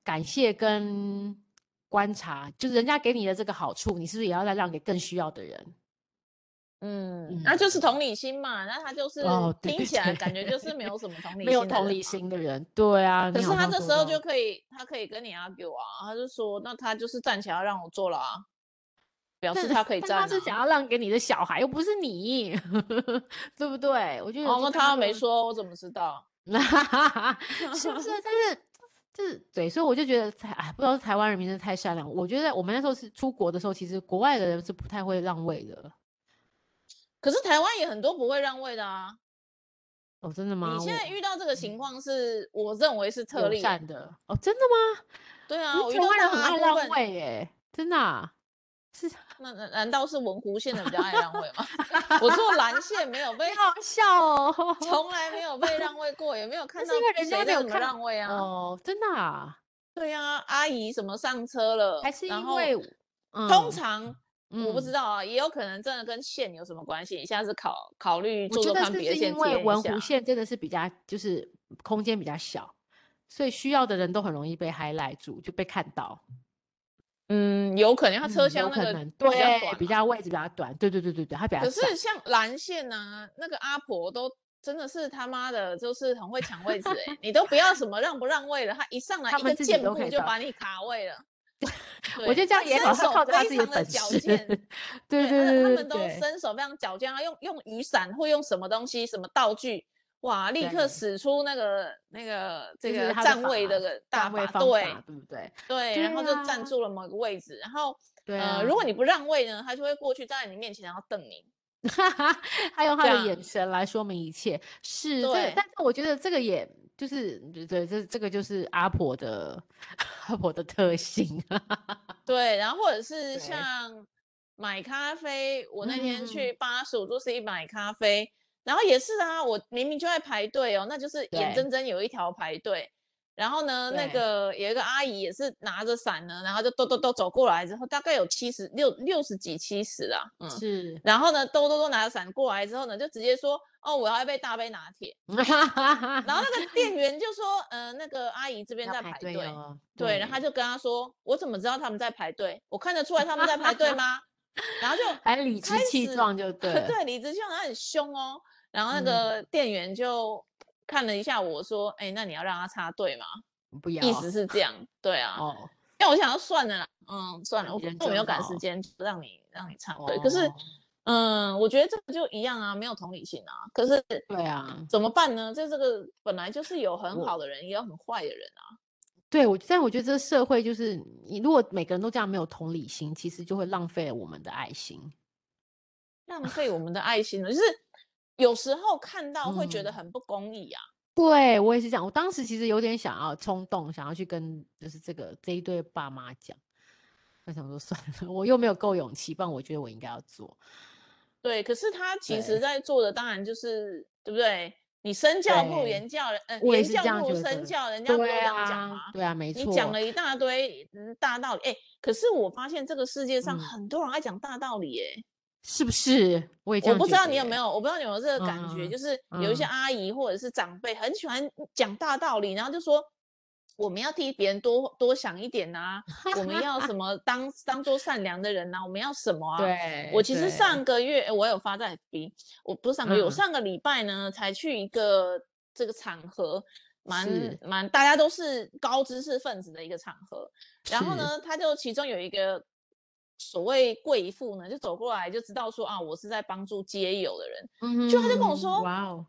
Speaker 1: 感谢跟观察，就是人家给你的这个好处，你是不是也要再让给更需要的人？
Speaker 2: 嗯，那就是同理心嘛，那他就是
Speaker 1: 哦对
Speaker 2: 听
Speaker 1: 对
Speaker 2: 起来
Speaker 1: 对
Speaker 2: 感觉就是没有什么同理心，
Speaker 1: 没有同理。心的人，对啊，
Speaker 2: 可
Speaker 1: 你
Speaker 2: 是
Speaker 1: 好
Speaker 2: 他
Speaker 1: 像
Speaker 2: 这
Speaker 1: 说
Speaker 2: 时候
Speaker 1: 到
Speaker 2: 就可以，他可以跟你 argue 啊，他就说，那他就是站起来让我坐了啊，表示
Speaker 1: 但
Speaker 2: 他可以
Speaker 1: 但
Speaker 2: 站啊。
Speaker 1: 他是想要让给你的小孩，又不是你， 对不对？我觉得有
Speaker 2: 哦，
Speaker 1: 时候
Speaker 2: 那
Speaker 1: 嗯看到
Speaker 2: 他没
Speaker 1: 这种
Speaker 2: 说，我怎么知道？
Speaker 1: 是 不是？但是就是对，所以我就觉得台，哎，不知道是台湾人民真的太善良。我觉得我们那时候是出国的时候，其实国外的人是不太会让位的。
Speaker 2: 可是台湾也很多不会让位的啊。
Speaker 1: 哦，真的吗？
Speaker 2: 你现在
Speaker 1: 我嗯
Speaker 2: 遇到这个情况是，我认为是特
Speaker 1: 友
Speaker 2: 例。
Speaker 1: 善的哦，真的吗？
Speaker 2: 对啊，
Speaker 1: 可
Speaker 2: 我
Speaker 1: 是
Speaker 2: 遇
Speaker 1: 台
Speaker 2: 到
Speaker 1: 湾人很
Speaker 2: 大
Speaker 1: 爱
Speaker 2: 部
Speaker 1: 让
Speaker 2: 分，
Speaker 1: 位耶，真的啊、是
Speaker 2: 那那难道是文湖线的比较爱让位吗？ 我坐蓝线没有 被，
Speaker 1: 好笑 哦。
Speaker 2: 从来没有被让位过，也没有看
Speaker 1: 是
Speaker 2: 到
Speaker 1: 因为人
Speaker 2: 谁
Speaker 1: 家没
Speaker 2: 在
Speaker 1: 有
Speaker 2: 怎么
Speaker 1: 看
Speaker 2: 让位啊。
Speaker 1: 哦，真的啊，
Speaker 2: 对啊，阿姨什么上车了，
Speaker 1: 还是
Speaker 2: 然
Speaker 1: 因
Speaker 2: 后
Speaker 1: 为、
Speaker 2: 通
Speaker 1: 嗯
Speaker 2: 常我不知道啊，也有可能真的跟县有什么关系。你下次考考虑
Speaker 1: 我
Speaker 2: 做
Speaker 1: 觉
Speaker 2: 做
Speaker 1: 得
Speaker 2: 看
Speaker 1: 是不
Speaker 2: 别的
Speaker 1: 是
Speaker 2: 县
Speaker 1: 因为
Speaker 2: 贴一
Speaker 1: 文
Speaker 2: 下
Speaker 1: 湖。县真的是比较就是空间比较小，所以需要的人都很容易被 highlight 住，就被看到。
Speaker 2: 嗯，有可能因为它车
Speaker 1: 嗯有
Speaker 2: 厢那
Speaker 1: 可
Speaker 2: 个
Speaker 1: 能
Speaker 2: 比较
Speaker 1: 对
Speaker 2: 短
Speaker 1: 比
Speaker 2: 嘛
Speaker 1: 较位置比较短，对对对对对，它比较
Speaker 2: 可
Speaker 1: 窄
Speaker 2: 是像蓝线呐、那个阿婆都真的是他妈的，就是很会抢位置哎、你都不要什么让不让位了，她一上来
Speaker 1: 他
Speaker 2: 一
Speaker 1: 们
Speaker 2: 个
Speaker 1: 自己
Speaker 2: 箭
Speaker 1: 都
Speaker 2: 步
Speaker 1: 可以
Speaker 2: 就
Speaker 1: 到
Speaker 2: 把你卡位了。
Speaker 1: 我觉得这样也好，他
Speaker 2: 他
Speaker 1: 靠着他自己的本
Speaker 2: 本
Speaker 1: 事。。
Speaker 2: 事
Speaker 1: 对
Speaker 2: 对
Speaker 1: 对
Speaker 2: 他
Speaker 1: 对
Speaker 2: 们都
Speaker 1: 对，
Speaker 2: 身手非常矫健啊，用用雨伞或用什么东西、什么道具，哇，立
Speaker 1: 对
Speaker 2: 刻使出那个那个这
Speaker 1: 就是
Speaker 2: 个
Speaker 1: 他的
Speaker 2: 站
Speaker 1: 法
Speaker 2: 位这
Speaker 1: 嘛
Speaker 2: 个大
Speaker 1: 站
Speaker 2: 法
Speaker 1: 位，方
Speaker 2: 对
Speaker 1: 法，对不对？
Speaker 2: 对，然后就站
Speaker 1: 啊
Speaker 2: 住了某个位置，然后
Speaker 1: 对啊，
Speaker 2: 呃，如果你不让位呢，他就会过去站在你面前，然后瞪你。
Speaker 1: 他用他
Speaker 2: 这
Speaker 1: 的
Speaker 2: 样
Speaker 1: 眼神来说明一切，是这个
Speaker 2: 对，
Speaker 1: 但是我觉得这个也就是对，这这个就是阿婆的 阿婆的特性啊，
Speaker 2: 对，然后或者是
Speaker 1: 对
Speaker 2: 像买咖啡，我那
Speaker 1: 嗯嗯
Speaker 2: 天
Speaker 1: 嗯
Speaker 2: 去八十五度 C 买咖啡，然后也是啊，我明明就在排队哦，那就是
Speaker 1: 对
Speaker 2: 眼睁睁有一条排队。然后呢，那
Speaker 1: 对
Speaker 2: 个有一个阿姨也是拿着伞呢，然后就咚咚咚走过来之后，大概有七十六六十几七十啦，嗯，
Speaker 1: 是，
Speaker 2: 然后呢，咚咚咚拿着伞过来之后呢，就直接说，哦，我要一杯大杯拿铁。然
Speaker 1: 然
Speaker 2: 后那个店员就说，呃，那个阿姨这边
Speaker 1: 要
Speaker 2: 在
Speaker 1: 排
Speaker 2: 排
Speaker 1: 队
Speaker 2: 队，
Speaker 1: 哦，
Speaker 2: 对，然后他就跟他说：“我怎么知道他们在排队？我看得出来他们在排队吗？”然后就
Speaker 1: 还哎理直
Speaker 2: 开
Speaker 1: 气
Speaker 2: 始
Speaker 1: 壮就对了，
Speaker 2: 对，理直气壮，他很凶哦。然后那
Speaker 1: 嗯
Speaker 2: 个店员就看了一下我说：“哎，那你要让他插队吗
Speaker 1: 不？”要
Speaker 2: 意思是这样，对啊。
Speaker 1: 哦，
Speaker 2: 因为我想要算了啦，嗯，算了，我
Speaker 1: 人
Speaker 2: 我没
Speaker 1: 真
Speaker 2: 有赶时
Speaker 1: 好
Speaker 2: 间，就让你让你插队。
Speaker 1: 哦，
Speaker 2: 可是，嗯，我觉得这个就一样啊，没有同理心啊。可是
Speaker 1: 对啊，
Speaker 2: 怎么办呢？就这个本来就是有很
Speaker 1: 我
Speaker 2: 好的人，也有很坏的人啊。
Speaker 1: 对我，但我觉得这个社会就是你如果每个人都这样没有同理心，其实就会浪费了我们的爱心，
Speaker 2: 浪费我们的爱心了。就是有时候看到会觉得
Speaker 1: 嗯
Speaker 2: 很不公义啊，
Speaker 1: 对我也是这样，我当时其实有点想要冲动，想要去跟就是这个这一对爸妈讲，我想说算了，我又没有够勇气，不然我觉得我应该要做。
Speaker 2: 对。可是他其
Speaker 1: 对
Speaker 2: 实在做的，当然就是对不对？你身教不如
Speaker 1: 对
Speaker 2: 言教人，呃，
Speaker 1: 我也
Speaker 2: 言
Speaker 1: 是这
Speaker 2: 教
Speaker 1: 样
Speaker 2: 不
Speaker 1: 觉
Speaker 2: 如身
Speaker 1: 得，
Speaker 2: 教，人家不
Speaker 1: 对
Speaker 2: 都这样讲吗
Speaker 1: 啊？，对啊，没
Speaker 2: 你
Speaker 1: 错，
Speaker 2: 讲了一大堆嗯大道理，哎、可是我发现这个世界上
Speaker 1: 嗯
Speaker 2: 很多人爱讲大道理、哎、
Speaker 1: 是不是？我也这
Speaker 2: 我
Speaker 1: 样
Speaker 2: 不知
Speaker 1: 觉
Speaker 2: 道
Speaker 1: 得
Speaker 2: 你有
Speaker 1: 耶
Speaker 2: 没，有，我不知道你有没有这个感觉，
Speaker 1: 嗯
Speaker 2: 就是有一些
Speaker 1: 嗯
Speaker 2: 阿姨或者是长辈很喜欢讲大道理，然后就说我们要替别人多多想一点啊呐、我们 要什么当当做善良的人呐、我们要什么啊？
Speaker 1: 对，
Speaker 2: 我其实
Speaker 1: 对
Speaker 2: 上个月诶我有发在 FB，我不是上个月，我
Speaker 1: 嗯
Speaker 2: 上个礼拜呢才去一个这个场合，蛮
Speaker 1: 是
Speaker 2: 蛮大家都是高知识分子的一个场合。然后
Speaker 1: 是
Speaker 2: 呢，他就其中有一个所谓贵妇呢，就走过来就知道说啊，我是在帮助街友的人。
Speaker 1: 嗯
Speaker 2: 就他就跟我
Speaker 1: 哼
Speaker 2: 说
Speaker 1: 哇哦，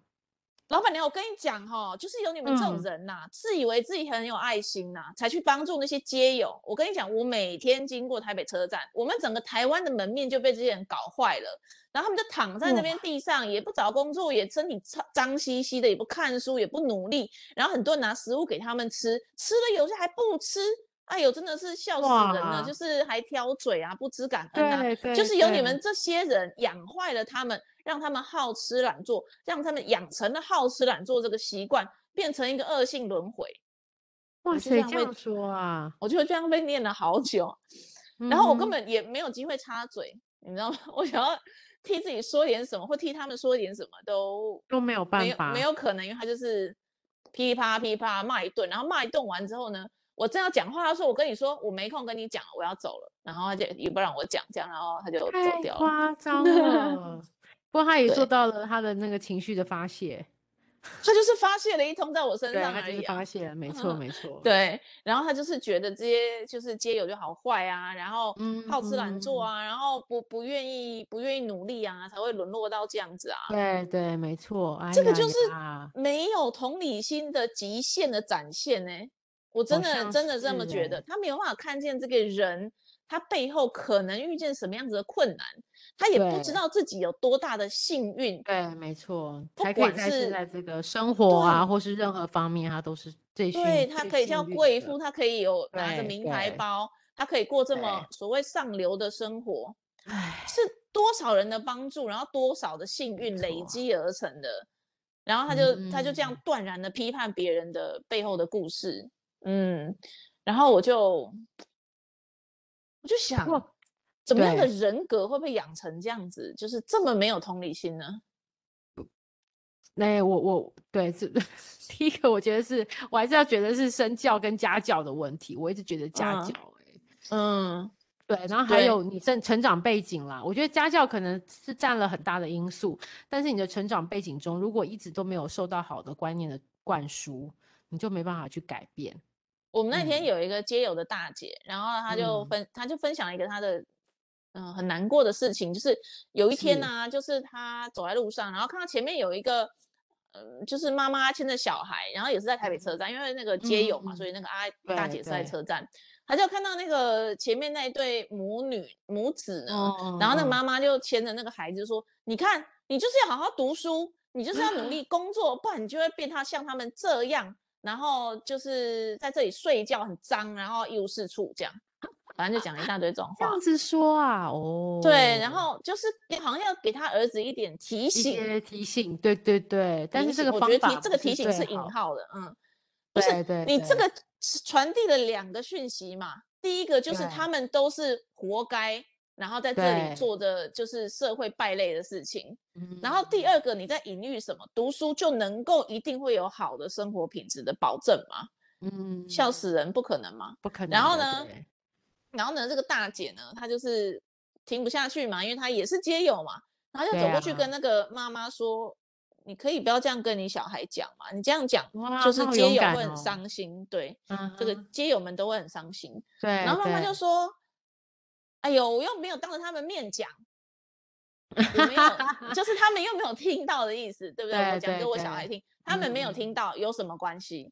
Speaker 2: 老板娘，我跟你讲哈、哦，就是有你们这种
Speaker 1: 嗯
Speaker 2: 人呐、自以为自己很有爱心呐、才去帮助那些街友。我跟你讲，我每天经过台北车站，我们整个台湾的门面就被这些人搞坏了。然后他们就躺在那边地上，也不找工作，也身体脏脏兮兮的，也不看书，也不努力。然后很多人拿食物给他们吃，吃了有些还不吃。哎呦，真的是笑死人
Speaker 1: 哇
Speaker 2: 了，就是还挑嘴啊，不知感恩啊。
Speaker 1: 对对，
Speaker 2: 就是由你
Speaker 1: 对
Speaker 2: 们这些人养坏了他们，让他们好吃懒做，让他们养成了好吃懒做这个习惯，变成一个恶性轮回。
Speaker 1: 哇
Speaker 2: 我就
Speaker 1: 塞
Speaker 2: 这样
Speaker 1: 这
Speaker 2: 被
Speaker 1: 样说啊，
Speaker 2: 我就这样被念了好久，然后我根
Speaker 1: 嗯哼
Speaker 2: 本也没有机会插嘴，你知道吗？ 我想要替自己说点什么，或替他们说点什么，都
Speaker 1: 都没有办
Speaker 2: 没有
Speaker 1: 法，
Speaker 2: 没有可能，因为他就是噼里啪啦噼里啪啦骂一顿，然后骂一顿完之后呢，我正要讲话，他说：“我跟你说，我没空跟你讲了，我要走了。”然后他就也不让我讲，这样，然后他就走
Speaker 1: 太
Speaker 2: 掉了。
Speaker 1: 夸张 了。不过他也做
Speaker 2: 对
Speaker 1: 到了他的那个情绪的发泄，
Speaker 2: 他就是发泄了一通在我身
Speaker 1: 对
Speaker 2: 上
Speaker 1: 他
Speaker 2: 而
Speaker 1: 就
Speaker 2: 已
Speaker 1: 是
Speaker 2: 啊、
Speaker 1: 发泄了，没 错没错，
Speaker 2: 对，然后他就是觉得这些就是街友就好坏啊，然后
Speaker 1: 嗯，
Speaker 2: 好吃懒做
Speaker 1: 嗯，
Speaker 2: 啊，然后不不愿意不愿意努力啊，才会沦落到这样子啊。
Speaker 1: 对对，没错，哎
Speaker 2: 这个
Speaker 1: 呀
Speaker 2: 就是
Speaker 1: 呀
Speaker 2: 没有同理心的极限的展现呢、我真
Speaker 1: 好
Speaker 2: 的
Speaker 1: 像
Speaker 2: 真的这么
Speaker 1: 是
Speaker 2: 觉
Speaker 1: 欸
Speaker 2: 得，他没有办法看见这个人他背后可能遇见什么样子的困难，他也不知
Speaker 1: 对
Speaker 2: 道自己有多大的幸运。
Speaker 1: 对，没错，
Speaker 2: 不
Speaker 1: 才可以
Speaker 2: 管
Speaker 1: 在现
Speaker 2: 是
Speaker 1: 在这个生活啊，或是任何方面，他都是最幸
Speaker 2: 对他
Speaker 1: 最
Speaker 2: 可以
Speaker 1: 幸
Speaker 2: 叫
Speaker 1: 运
Speaker 2: 贵
Speaker 1: 的
Speaker 2: 妇，他可以有拿着
Speaker 1: 对
Speaker 2: 名牌
Speaker 1: 对
Speaker 2: 包，他可以过这么
Speaker 1: 对
Speaker 2: 所谓上流的生活，
Speaker 1: 哎，
Speaker 2: 是多少人的帮助，然后多少的幸
Speaker 1: 没
Speaker 2: 运累
Speaker 1: 错
Speaker 2: 积而成的。然后他就、他就这样
Speaker 1: 嗯
Speaker 2: 断然的批判别人的背后的故事，嗯，然后我就我就想
Speaker 1: 过，
Speaker 2: 怎么样的
Speaker 1: 对
Speaker 2: 人格会被养成这样子，就是这么没有同理心呢？
Speaker 1: 那、哎我我对是 第一个，我觉得是我还是要觉得是身教跟家教的问题，我一直觉得家
Speaker 2: 嗯
Speaker 1: 教、欸
Speaker 2: 嗯，
Speaker 1: 对，然后还
Speaker 2: 对
Speaker 1: 有你成成长背景啦，我觉得家教可能是占了很大的因素，但是你的成长背景中，如果一直都没有受到好的观念的灌输，你就没办法去改变。
Speaker 2: 我们那天
Speaker 1: 嗯
Speaker 2: 有一个街友的大姐，然后她就
Speaker 1: 嗯
Speaker 2: 分，她就分享了一个她的，嗯、很难过的事情，就是有一天
Speaker 1: 是
Speaker 2: 呢、就是她走在路上，然后看到前面有一个，嗯，就是妈妈牵着小孩，然后也是在台北车站，因为那个街友嘛，
Speaker 1: 嗯
Speaker 2: 所以那个阿大
Speaker 1: 对
Speaker 2: 姐是在
Speaker 1: 对
Speaker 2: 车站，她就看到那个前面那一对母女母子呢，
Speaker 1: 嗯
Speaker 2: 然后那妈妈就牵着那个孩子说：“你看，你就是要好好读书，你就是要努 力工作，不然你就会变他像他们这样，然后就是在这里睡觉很脏，然后一无是处这样。”反正就讲了一大堆这种
Speaker 1: 这
Speaker 2: 话
Speaker 1: 样。子说啊，哦，
Speaker 2: 对，然后就是好像要给他儿子一点提
Speaker 1: 一
Speaker 2: 醒，
Speaker 1: 些提醒，对对对，但
Speaker 2: 提
Speaker 1: 是这
Speaker 2: 醒
Speaker 1: 个
Speaker 2: 我
Speaker 1: 方
Speaker 2: 觉得
Speaker 1: 法
Speaker 2: 提
Speaker 1: 不
Speaker 2: 这个提醒
Speaker 1: 最
Speaker 2: 是引
Speaker 1: 好，
Speaker 2: 号的，嗯，不是
Speaker 1: 对对，
Speaker 2: 你这
Speaker 1: 对
Speaker 2: 个是传递了两个讯息嘛，第一个就是
Speaker 1: 对
Speaker 2: 他们都是活该，然后在这
Speaker 1: 对
Speaker 2: 里做的就是社会败类的事情，然后第
Speaker 1: 嗯
Speaker 2: 二个你在隐喻什么？读书就能够一定会有好的生活品质的保证吗？
Speaker 1: 嗯
Speaker 2: 笑死人，不可能吗？
Speaker 1: 不可能的，
Speaker 2: 然后呢
Speaker 1: 对
Speaker 2: 然后呢，这个大姐呢，她就是听不下去嘛，因为她也是街友嘛，然后就
Speaker 1: 对
Speaker 2: 走过去
Speaker 1: 啊
Speaker 2: 跟那个妈妈说：“你可以不要这样跟你小孩讲嘛，你这样讲
Speaker 1: 哇，
Speaker 2: 就是
Speaker 1: 他好
Speaker 2: 街
Speaker 1: 勇
Speaker 2: 友
Speaker 1: 敢
Speaker 2: 会
Speaker 1: 哦
Speaker 2: 很伤心。对，
Speaker 1: 嗯
Speaker 2: 这个
Speaker 1: 哼
Speaker 2: 街友们都会很伤心。
Speaker 1: 对，
Speaker 2: 然后妈妈
Speaker 1: 对
Speaker 2: 就说：“哎呦，我又没有当着他们面讲，我没有，就是他们又没有听到的意思，对不对？我
Speaker 1: 对
Speaker 2: 讲
Speaker 1: 对
Speaker 2: 给我小孩听，他们没有
Speaker 1: 嗯
Speaker 2: 听到有什么关系？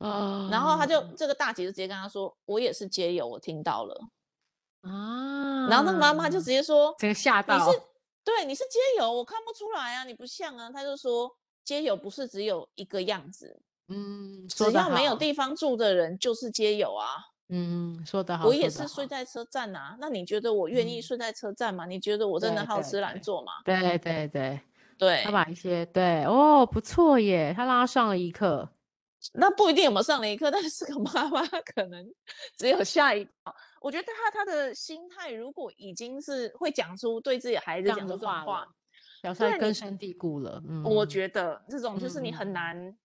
Speaker 1: 嗯，
Speaker 2: 然后他就这个大姐就直接跟他说：‘我也是街友，我听到了。’
Speaker 1: 啊，
Speaker 2: 然后那个妈妈就直接说：‘
Speaker 1: 整个吓
Speaker 2: 你
Speaker 1: 到，
Speaker 2: 是对，你是街友，我看不出来啊，你不像啊。’他就说。”街友不是只有一个样子，
Speaker 1: 嗯，说
Speaker 2: 只
Speaker 1: 得
Speaker 2: 要没有
Speaker 1: 好，
Speaker 2: 地方住的人就是街友啊。
Speaker 1: 嗯，说得好，
Speaker 2: 我也
Speaker 1: 说
Speaker 2: 是
Speaker 1: 得
Speaker 2: 睡
Speaker 1: 好，
Speaker 2: 在车站啊，那你觉得我愿意
Speaker 1: 嗯
Speaker 2: 睡在车站吗？你觉得我真的
Speaker 1: 对
Speaker 2: 好
Speaker 1: 对
Speaker 2: 吃懒
Speaker 1: 对
Speaker 2: 做吗？
Speaker 1: 对对对，
Speaker 2: 对
Speaker 1: 他，把一些对哦，不错耶，他让他上了一课，
Speaker 2: 那不一定有没有上了一课，但是这个妈妈可能只有下一道。我觉得她她的心态如果已经是会讲出对自己的孩子
Speaker 1: 这样
Speaker 2: 讲出
Speaker 1: 子
Speaker 2: 这种话，
Speaker 1: 话了，表示
Speaker 2: 对
Speaker 1: 他
Speaker 2: 你
Speaker 1: 根深蒂固了，嗯，
Speaker 2: 我觉得这种就是你
Speaker 1: 嗯嗯
Speaker 2: 很
Speaker 1: 嗯
Speaker 2: 难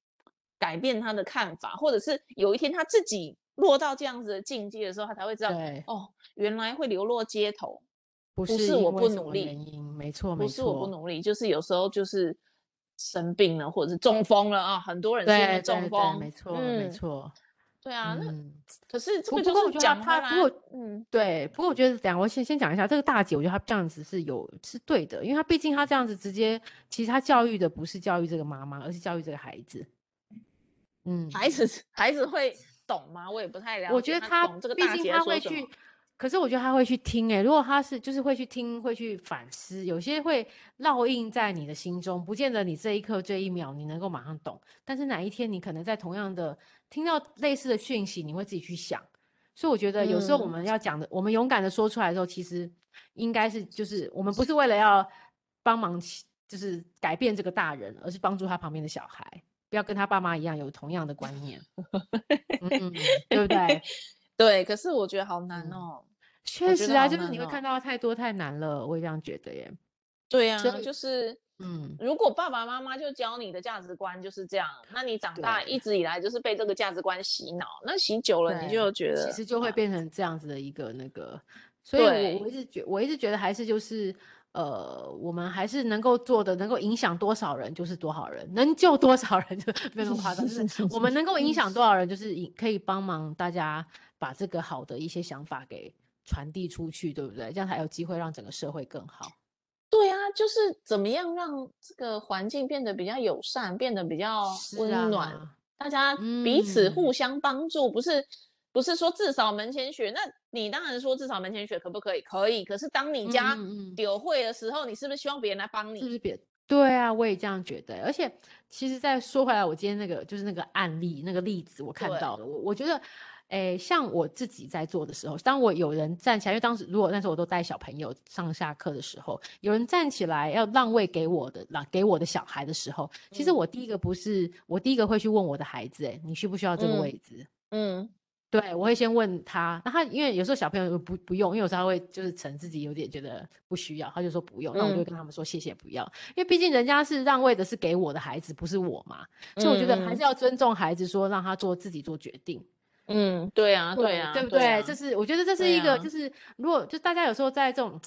Speaker 2: 改变她的看法，或者是有一天她自己落到这样子的境界的时候，她才会知道
Speaker 1: 对，
Speaker 2: 哦，原来会流落街头，
Speaker 1: 不
Speaker 2: 不
Speaker 1: 是
Speaker 2: 是
Speaker 1: 因为
Speaker 2: 我不
Speaker 1: 什
Speaker 2: 努
Speaker 1: 么
Speaker 2: 力
Speaker 1: 原因，没错没
Speaker 2: 不是我不
Speaker 1: 错，
Speaker 2: 努力，就是有时候就是生病了，或者是中风了啊，很多人是因为
Speaker 1: 对
Speaker 2: 中
Speaker 1: 对对，
Speaker 2: 风，
Speaker 1: 没错
Speaker 2: 嗯
Speaker 1: 没错，
Speaker 2: 对啊，那
Speaker 1: 嗯，
Speaker 2: 可是这
Speaker 1: 不
Speaker 2: 个
Speaker 1: 不过我
Speaker 2: 就
Speaker 1: 觉得
Speaker 2: 是讲回
Speaker 1: 他
Speaker 2: 来
Speaker 1: 不过，
Speaker 2: 嗯，
Speaker 1: 对，不过我觉得讲，我先先讲一下这个大姐，我觉得她这样子是有是对的，因为她毕竟她这样子直接，其实她教育的不是教育这个妈妈，而是教育这个孩子。嗯，
Speaker 2: 孩子孩子会懂吗？我也不太了解。
Speaker 1: 我觉得
Speaker 2: 他
Speaker 1: 她
Speaker 2: 懂这个
Speaker 1: 毕
Speaker 2: 大
Speaker 1: 竟
Speaker 2: 姐在
Speaker 1: 她
Speaker 2: 说
Speaker 1: 会
Speaker 2: 什
Speaker 1: 去
Speaker 2: 么，
Speaker 1: 可是我觉得她会去听、欸，如果她是就是会去听，会去反思，有些会烙印在你的心中，不见得你这一刻这一秒你能够马上懂，但是哪一天你可能在同样的听到类似的讯息，你会自己去想。所以我觉得有时候我
Speaker 2: 嗯
Speaker 1: 们要讲的，我们勇敢的说出来的时候，其实应该是就是我们不是为了要帮忙其，就是改变这个大人，而是帮助他旁边的小孩，不要跟他爸妈一样有同样的观念，嗯嗯，对 不对？
Speaker 2: 对，可是我觉得好难
Speaker 1: 嗯
Speaker 2: 哦。
Speaker 1: 确
Speaker 2: 觉
Speaker 1: 实
Speaker 2: 得
Speaker 1: 啊，
Speaker 2: 好
Speaker 1: 就是
Speaker 2: 难
Speaker 1: 你会
Speaker 2: 哦
Speaker 1: 看到太多太难了，我也这样觉得耶。
Speaker 2: 对啊
Speaker 1: 所，以
Speaker 2: 就是
Speaker 1: 嗯，
Speaker 2: 如果爸爸妈妈就教你的价值观就是这样，那你长大
Speaker 1: 对
Speaker 2: 一直以来就是被这个价值观洗脑，那洗久了你就觉得
Speaker 1: 其实就会
Speaker 2: 啊
Speaker 1: 变成这样子的一个那个，所以我我
Speaker 2: 对
Speaker 1: 一直觉我一直觉得还是就是呃，我们还是能够做的，能够影响多少人就是多少人，能救多少人就没有那么夸张，就是我们能够影响多少人，就是以可以帮忙大家把这个好的一些想法给传递出去，对不对？这样才有机会让整个社会更好。
Speaker 2: 对啊，就是怎么样让这个环境变得比较友善，变得比较
Speaker 1: 是
Speaker 2: 哦温暖，
Speaker 1: 啊
Speaker 2: 大家彼此互
Speaker 1: 嗯
Speaker 2: 相帮助，不是不是说自扫门前雪。那你当然说自扫门前雪可不可以？可以。可是当你家
Speaker 1: 嗯嗯嗯
Speaker 2: 丢会的时候，你是不是希望别人来帮
Speaker 1: 是不
Speaker 2: 你？
Speaker 1: 是别？对啊，我也这样觉得。而且，其实再说回来，我今天那个就是那个案例，那个例子，我看
Speaker 2: 对
Speaker 1: 到了。我我觉得，诶，像我自己在做的时候，当我有人站起来，因为当时如果那时候我都带小朋友上下课的时候，有人站起来要让位给我的，让给我的小孩的时候，其实
Speaker 2: 嗯
Speaker 1: 欸我第一个不是，我第一个会去问我的孩子，诶，你需不需要这个
Speaker 2: 嗯
Speaker 1: 位置？
Speaker 2: 嗯，
Speaker 1: 对，我会先问他，那他因为有时候小朋友不不用，因为有时候他会就是逞自己有点觉得不需要，他就说不用，那
Speaker 2: 嗯
Speaker 1: 我就会跟他们说谢谢不要，因为毕竟人家是让位的是给我的孩子，不是我嘛，所以我觉得还是要尊重孩子，说让他做自己做决定。
Speaker 2: 嗯，对啊，对啊，
Speaker 1: 对不
Speaker 2: 对啊？
Speaker 1: 这是我觉得这是一
Speaker 2: 对啊
Speaker 1: 个，就是如果就大家有时候在这种，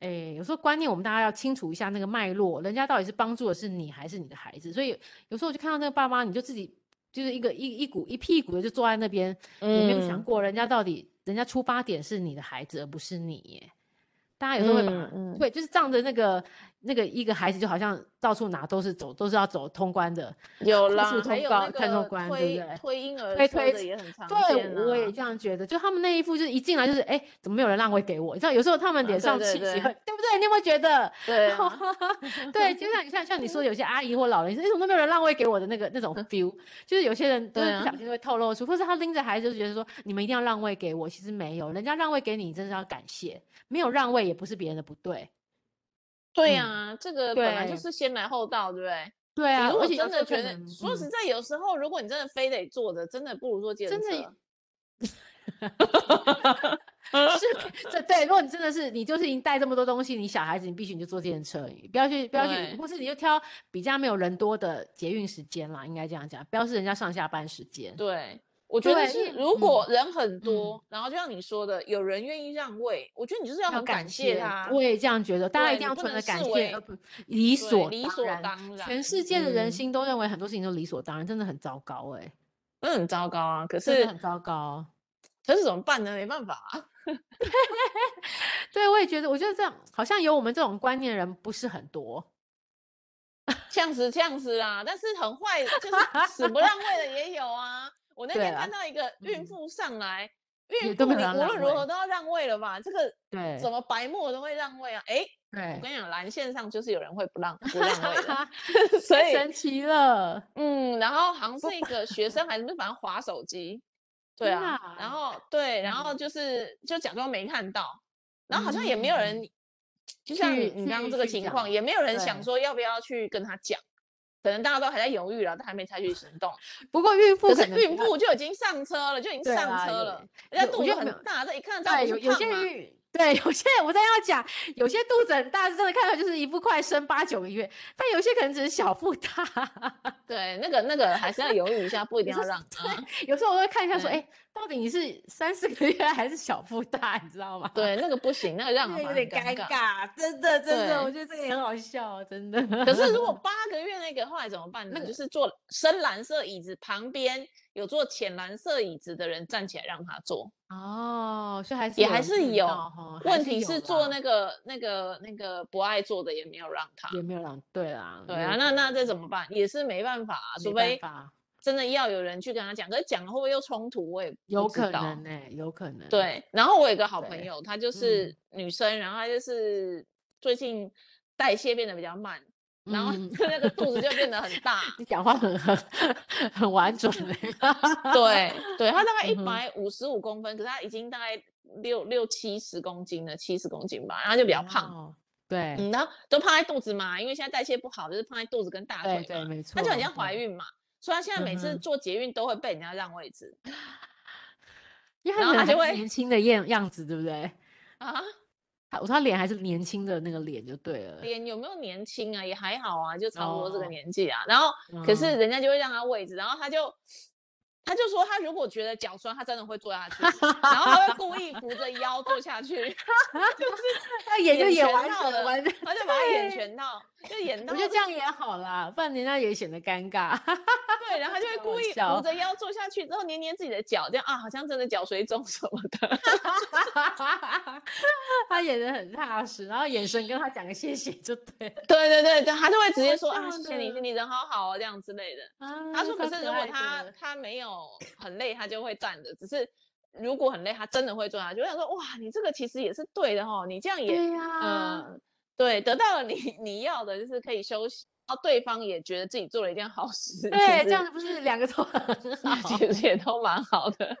Speaker 1: 诶，有时候观念我们大家要清楚一下那个脉络，人家到底是帮助的是你还是你的孩子？所以有时候我就看到那个爸妈，你就自己就是一个一一股一屁股的就坐在那边，也没有想
Speaker 2: 嗯
Speaker 1: 过人家到底人家出发点是你的孩子，而不是你耶。大家有时候会把、
Speaker 2: 嗯嗯
Speaker 1: 对，就是仗着那个那个一个孩子，就好像到处哪都是走都是要走通关的，
Speaker 2: 嗯有
Speaker 1: 快
Speaker 2: 啦
Speaker 1: 速，
Speaker 2: 还
Speaker 1: 通
Speaker 2: 有
Speaker 1: 告
Speaker 2: 那
Speaker 1: 看通
Speaker 2: 个
Speaker 1: 关对
Speaker 2: 推
Speaker 1: 不对
Speaker 2: 推婴儿
Speaker 1: 推
Speaker 2: 车
Speaker 1: 推
Speaker 2: 的也很常见
Speaker 1: 对，
Speaker 2: 啊。
Speaker 1: 我也这样觉得。就他们那一副，就是一进来就是，哎，怎么没有人让位给我？你知道，有时候他们
Speaker 2: 啊
Speaker 1: 脸
Speaker 2: 对
Speaker 1: 上
Speaker 2: 对
Speaker 1: 气息
Speaker 2: 对
Speaker 1: 会，对不对？你有没有觉得？
Speaker 2: 对啊，
Speaker 1: 对，就像你像像你说，有些阿姨或老人，你说哎怎么都没有人让位给我的那个那种 feel，就是有些人都
Speaker 2: 嗯对
Speaker 1: 是不
Speaker 2: 啊
Speaker 1: 小心会透露出，或是他拎着孩子就觉得说，你们一定要让位给我，其实没有，人家让位给你，真是要感谢，没有让位也不是别人的不对。
Speaker 2: 对
Speaker 1: 嗯
Speaker 2: 啊，这个本来就
Speaker 1: 对
Speaker 2: 是先来后到，对不对？
Speaker 1: 对
Speaker 2: 你
Speaker 1: 啊，
Speaker 2: 如
Speaker 1: 而
Speaker 2: 果
Speaker 1: 且有
Speaker 2: 真
Speaker 1: 时
Speaker 2: 的
Speaker 1: 候可
Speaker 2: 觉得，
Speaker 1: 能
Speaker 2: 说
Speaker 1: 嗯
Speaker 2: 实在，有时候如果你真的非得坐着，真的不如坐计程
Speaker 1: 真的
Speaker 2: 车。
Speaker 1: 嗯是， 这对。如果你真的是你就是已经带这么多东西，你小孩子你必须你就坐电车，你不要去不要去，
Speaker 2: 对
Speaker 1: 或是你就挑比较没有人多的捷运时间啦，应该这样讲，不要是人家上下班时间。
Speaker 2: 对，我觉得
Speaker 1: 对
Speaker 2: 是
Speaker 1: 因为
Speaker 2: 如
Speaker 1: 嗯
Speaker 2: 果人很多，然后就像你说的，有人愿意让位，我觉得你就是要
Speaker 1: 要
Speaker 2: 很感谢他。
Speaker 1: 我也这样觉得，大家
Speaker 2: 对
Speaker 1: 一定
Speaker 2: 你
Speaker 1: 要
Speaker 2: 不
Speaker 1: 存
Speaker 2: 能
Speaker 1: 着感
Speaker 2: 视
Speaker 1: 谢，
Speaker 2: 为
Speaker 1: 而不理
Speaker 2: 对
Speaker 1: 所
Speaker 2: 理
Speaker 1: 当
Speaker 2: 所
Speaker 1: 然
Speaker 2: 当然
Speaker 1: 全世界的人
Speaker 2: 嗯
Speaker 1: 心都认为很多事情都理所当然，真的很糟糕哎、
Speaker 2: 那很糟糕啊。可
Speaker 1: 真
Speaker 2: 是
Speaker 1: 的很糟糕。
Speaker 2: 可是怎么办呢？没办法啊。
Speaker 1: 对，我也觉得，我觉得这样好像有我们这种观念的人不是很多。
Speaker 2: 这样子这样子啦，啊但是很坏，就是死不让位的也有啊。我那
Speaker 1: 对
Speaker 2: 天
Speaker 1: 啦
Speaker 2: 看到一个孕
Speaker 1: 嗯
Speaker 2: 妇上来，
Speaker 1: 也
Speaker 2: 孕妇
Speaker 1: 都
Speaker 2: 你
Speaker 1: 没有
Speaker 2: 无
Speaker 1: 让
Speaker 2: 论
Speaker 1: 让
Speaker 2: 如何
Speaker 1: 位
Speaker 2: 都要让位了吧？这个
Speaker 1: 对
Speaker 2: 怎么白沫都会让位啊？哎，我
Speaker 1: 对，
Speaker 2: 跟你讲，蓝线上就是有人会不让不让 位的，所
Speaker 1: 太
Speaker 2: 以
Speaker 1: 神奇了。
Speaker 2: 嗯，然后好像是一个学生还是反正划手机，对
Speaker 1: 天
Speaker 2: 啊，
Speaker 1: 哪嗯
Speaker 2: 然后对，然后就是就假装没看到，然后好像也没有人，就像你
Speaker 1: 嗯去
Speaker 2: 你刚刚
Speaker 1: 去
Speaker 2: 这个
Speaker 1: 去
Speaker 2: 情
Speaker 1: 讲
Speaker 2: 况，也没有人想
Speaker 1: 对
Speaker 2: 说要不要去跟他讲，可能大家都还在犹豫了，但还没采取行动。
Speaker 1: 不过孕妇
Speaker 2: 可是
Speaker 1: 能
Speaker 2: 孕
Speaker 1: 比较
Speaker 2: 妇就已经上车了，就已经
Speaker 1: 对
Speaker 2: 上
Speaker 1: 啦
Speaker 2: 车
Speaker 1: 有
Speaker 2: 了，人家
Speaker 1: 有我
Speaker 2: 肚
Speaker 1: 觉
Speaker 2: 子
Speaker 1: 得没有
Speaker 2: 很大，这一看得到
Speaker 1: 对
Speaker 2: 不
Speaker 1: 有
Speaker 2: 是
Speaker 1: 有
Speaker 2: 胖啊
Speaker 1: 些
Speaker 2: 吗
Speaker 1: 孕对有些我在要讲，有些肚子很大，真的看到就是一副快生八九个月，但有些可能只是小腹大。
Speaker 2: 对，那个那个还是要犹 豫一下，不一
Speaker 1: 你
Speaker 2: 定要
Speaker 1: 说
Speaker 2: 让啊。
Speaker 1: 有时候我会看一下说，
Speaker 2: 对
Speaker 1: 哎、到底你是三四个月还是小腹大，你知道吗？
Speaker 2: 对，那个不行，那个让
Speaker 1: 这个
Speaker 2: 好像
Speaker 1: 有
Speaker 2: 很
Speaker 1: 点
Speaker 2: 尴
Speaker 1: 尴
Speaker 2: 尬。
Speaker 1: 尬，真的真
Speaker 2: 对
Speaker 1: 的，我觉得这个也很好笑，真的。
Speaker 2: 可是如果八个月那个后来怎么办呢？
Speaker 1: 那个
Speaker 2: 就是坐深蓝色椅子旁边有坐浅蓝色椅子的人站起来让他坐。
Speaker 1: 哦，所以还是
Speaker 2: 也还
Speaker 1: 人
Speaker 2: 是
Speaker 1: 注意
Speaker 2: 有
Speaker 1: 到哈哦还
Speaker 2: 问题
Speaker 1: 有
Speaker 2: 是坐
Speaker 1: 啦
Speaker 2: 那个那个那个不爱坐的也没有让他。
Speaker 1: 也没有让对啦，
Speaker 2: 对
Speaker 1: 也有
Speaker 2: 啊，
Speaker 1: 可
Speaker 2: 那那
Speaker 1: 能
Speaker 2: 这怎么办？也是没办法啊、
Speaker 1: 没
Speaker 2: 除
Speaker 1: 办
Speaker 2: 非
Speaker 1: 法
Speaker 2: 真的要有人去跟他讲，可是讲了会不会又冲突？我也不
Speaker 1: 有
Speaker 2: 知
Speaker 1: 可
Speaker 2: 道
Speaker 1: 能呢、有可能
Speaker 2: 对，然后我有一个好朋
Speaker 1: 对嗯
Speaker 2: 友，她就是女生，然后她就是最近代谢变得比较慢，然后
Speaker 1: 嗯
Speaker 2: 那个肚子就变得 很大。
Speaker 1: 你讲话很很很婉转 的、
Speaker 2: 对对，他大概一
Speaker 1: 嗯哼
Speaker 2: 百五十五公分，可是他已经大概六六七十公斤了，七十公斤吧，然后就比较胖，
Speaker 1: 哦，对、
Speaker 2: 嗯，然后都胖在肚子嘛，因为现在代谢不好，就是胖在肚子跟大
Speaker 1: 对
Speaker 2: 腿
Speaker 1: 对，
Speaker 2: 嘛，
Speaker 1: 没错，
Speaker 2: 他就很像怀
Speaker 1: 对，
Speaker 2: 孕嘛，所以他现在每
Speaker 1: 嗯
Speaker 2: 次
Speaker 1: 哼
Speaker 2: 坐捷运都会被人家让位置
Speaker 1: 因为
Speaker 2: 然
Speaker 1: 他
Speaker 2: 后
Speaker 1: 人
Speaker 2: 他就
Speaker 1: 还是
Speaker 2: 会
Speaker 1: 年轻的样样子，对不对？
Speaker 2: 啊，
Speaker 1: 他我说他脸还是年轻的那个脸就对了，
Speaker 2: 脸有没有年轻啊，也还好啊，就差不多这个
Speaker 1: 哦
Speaker 2: 年纪啊，然后可是
Speaker 1: 嗯
Speaker 2: 人家就会让他位置，然后他就。他就说，他如果觉得脚酸，他真的会坐下去，然后他会故意扶着腰坐下去。
Speaker 1: 他演就
Speaker 2: 演
Speaker 1: 演
Speaker 2: 全
Speaker 1: 完了
Speaker 2: 套的
Speaker 1: 完了，
Speaker 2: 他就把他演
Speaker 1: 对
Speaker 2: 全套，就演到
Speaker 1: 我觉得这样也好啦，不然人家也显得尴尬。
Speaker 2: 对，然后他就会
Speaker 1: 开
Speaker 2: 故
Speaker 1: 玩
Speaker 2: 意扶
Speaker 1: 笑
Speaker 2: 着腰坐下去，之后捏捏自己的脚，这样啊，好像真的脚水肿什么 的。
Speaker 1: 他演的很踏实，然后眼神跟他讲个谢谢就对了。
Speaker 2: 对对对，对他就会直
Speaker 1: 好
Speaker 2: 接说啊，
Speaker 1: 笑
Speaker 2: 谢谢你，
Speaker 1: 的
Speaker 2: 你人好好哦，这样之类的。
Speaker 1: 啊
Speaker 2: 他说，可
Speaker 1: 超
Speaker 2: 是
Speaker 1: 可
Speaker 2: 如果
Speaker 1: 爱
Speaker 2: 他
Speaker 1: 的
Speaker 2: 他没有很累，他就会站着，只是如果很累，他真的会坐下去。我想说，哇，你这个其实也是对的哦，你这样也
Speaker 1: 对啊呀、
Speaker 2: 嗯，对，得到了你 你要的，就是可以休息。然后对方也觉得自己做了一件好事，其
Speaker 1: 对，
Speaker 2: 实啊
Speaker 1: 这样子不是两个都很 好，
Speaker 2: 其实也都蛮好的。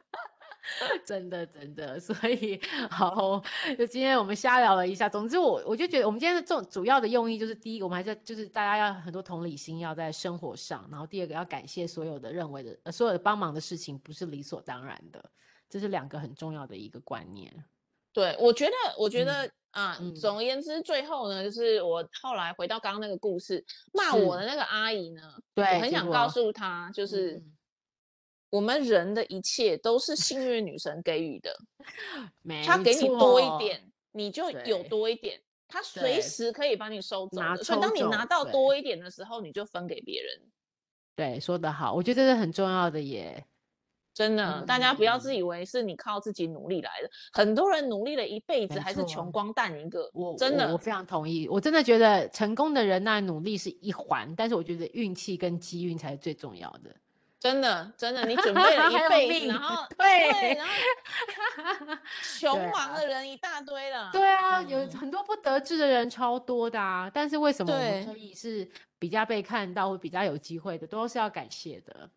Speaker 1: 真的真的。 所以好，就今天我们瞎聊了一下。总之我，我就觉得我们今天的重主要的用意就是，第一个我们还是要就是大家要很多同理心要在生活上，然后第二个要感谢所有的认为的、呃、所有的帮忙的事情，不是理所当然的。这是两个很重要的一个观念。
Speaker 2: 对，我觉得，我觉得、
Speaker 1: 嗯
Speaker 2: 啊，
Speaker 1: 嗯
Speaker 2: 总而言之，最后呢，就是我后来回到刚刚那个故事，骂我
Speaker 1: 是
Speaker 2: 的那个阿姨呢，
Speaker 1: 对，
Speaker 2: 我很
Speaker 1: 结
Speaker 2: 想
Speaker 1: 果
Speaker 2: 告诉她，就
Speaker 1: 嗯
Speaker 2: 是
Speaker 1: 嗯
Speaker 2: 我们人的一切都是幸运女神给予 的，
Speaker 1: 嗯没
Speaker 2: 她给你多一
Speaker 1: 错，
Speaker 2: 点，你就有
Speaker 1: 对
Speaker 2: 多一点。她随
Speaker 1: 对
Speaker 2: 时可以把你收走
Speaker 1: 拿
Speaker 2: 的，所以
Speaker 1: 抽
Speaker 2: 当你
Speaker 1: 走
Speaker 2: 拿到
Speaker 1: 对
Speaker 2: 多一点的时候，你就分给别人。
Speaker 1: 对，说得好，我觉得这是很重要的耶。
Speaker 2: 真的，大家不要自
Speaker 1: 嗯
Speaker 2: 以为是你靠自己努力来的，很多人努力了一辈子
Speaker 1: 没
Speaker 2: 还是
Speaker 1: 错
Speaker 2: 穷光蛋一个。
Speaker 1: 我
Speaker 2: 真
Speaker 1: 我
Speaker 2: 的
Speaker 1: 我非常同意，我真的觉得成功的人那努力是一环，但是我觉得运气跟机运才是最重要的。
Speaker 2: 真的，真的，你准备
Speaker 1: 还
Speaker 2: 了一
Speaker 1: 有
Speaker 2: 辈子，
Speaker 1: 命
Speaker 2: 然后对，
Speaker 1: 对
Speaker 2: 然后穷
Speaker 1: 对
Speaker 2: 忙
Speaker 1: 啊
Speaker 2: 的人一大堆了。
Speaker 1: 对啊，有
Speaker 2: 嗯
Speaker 1: 很多不得志的人超多的啊，但是为什么我们
Speaker 2: 对
Speaker 1: 可以是比较被看到或比较有机会的，都是要感谢的。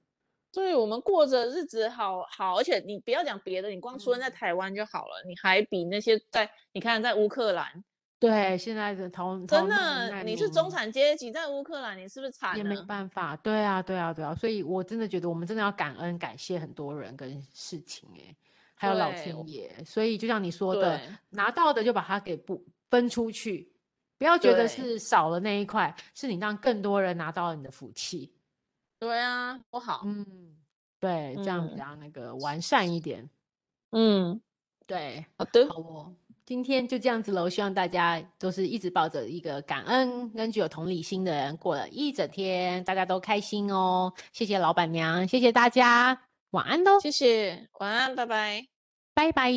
Speaker 2: 对，我们过着日子好好，而且你不要讲别的，你光出生在
Speaker 1: 嗯
Speaker 2: 台湾就好了，你还比那些在你看在乌克兰，
Speaker 1: 对，现在的逃逃
Speaker 2: 真
Speaker 1: 难
Speaker 2: 的，
Speaker 1: 难
Speaker 2: 你是中
Speaker 1: 民
Speaker 2: 产啊阶级，在乌克兰你是不是惨
Speaker 1: 也没
Speaker 2: 了？
Speaker 1: 办法，对啊，对啊，对啊，所以我真的觉得我们真的要感恩、感谢很多人跟事情、欸，还有老
Speaker 2: 对我
Speaker 1: 天爷。所以就像你说的
Speaker 2: 对，
Speaker 1: 拿到的就把它给不分出去，不要觉得
Speaker 2: 对
Speaker 1: 是少了那一块，是你让更多人拿到了你的福气。
Speaker 2: 对啊，不好，
Speaker 1: 嗯，对，这样比
Speaker 2: 嗯
Speaker 1: 较那个完善一点。
Speaker 2: 嗯，
Speaker 1: 对，
Speaker 2: 好的，
Speaker 1: 好哦，今天就这样子喽。希望大家都是一直抱着一个感恩跟具有同理心的人过了一整天，大家都开心哦。谢谢老板娘，谢谢大家，晚安喽，
Speaker 2: 谢谢，晚安，拜拜。
Speaker 1: 拜拜。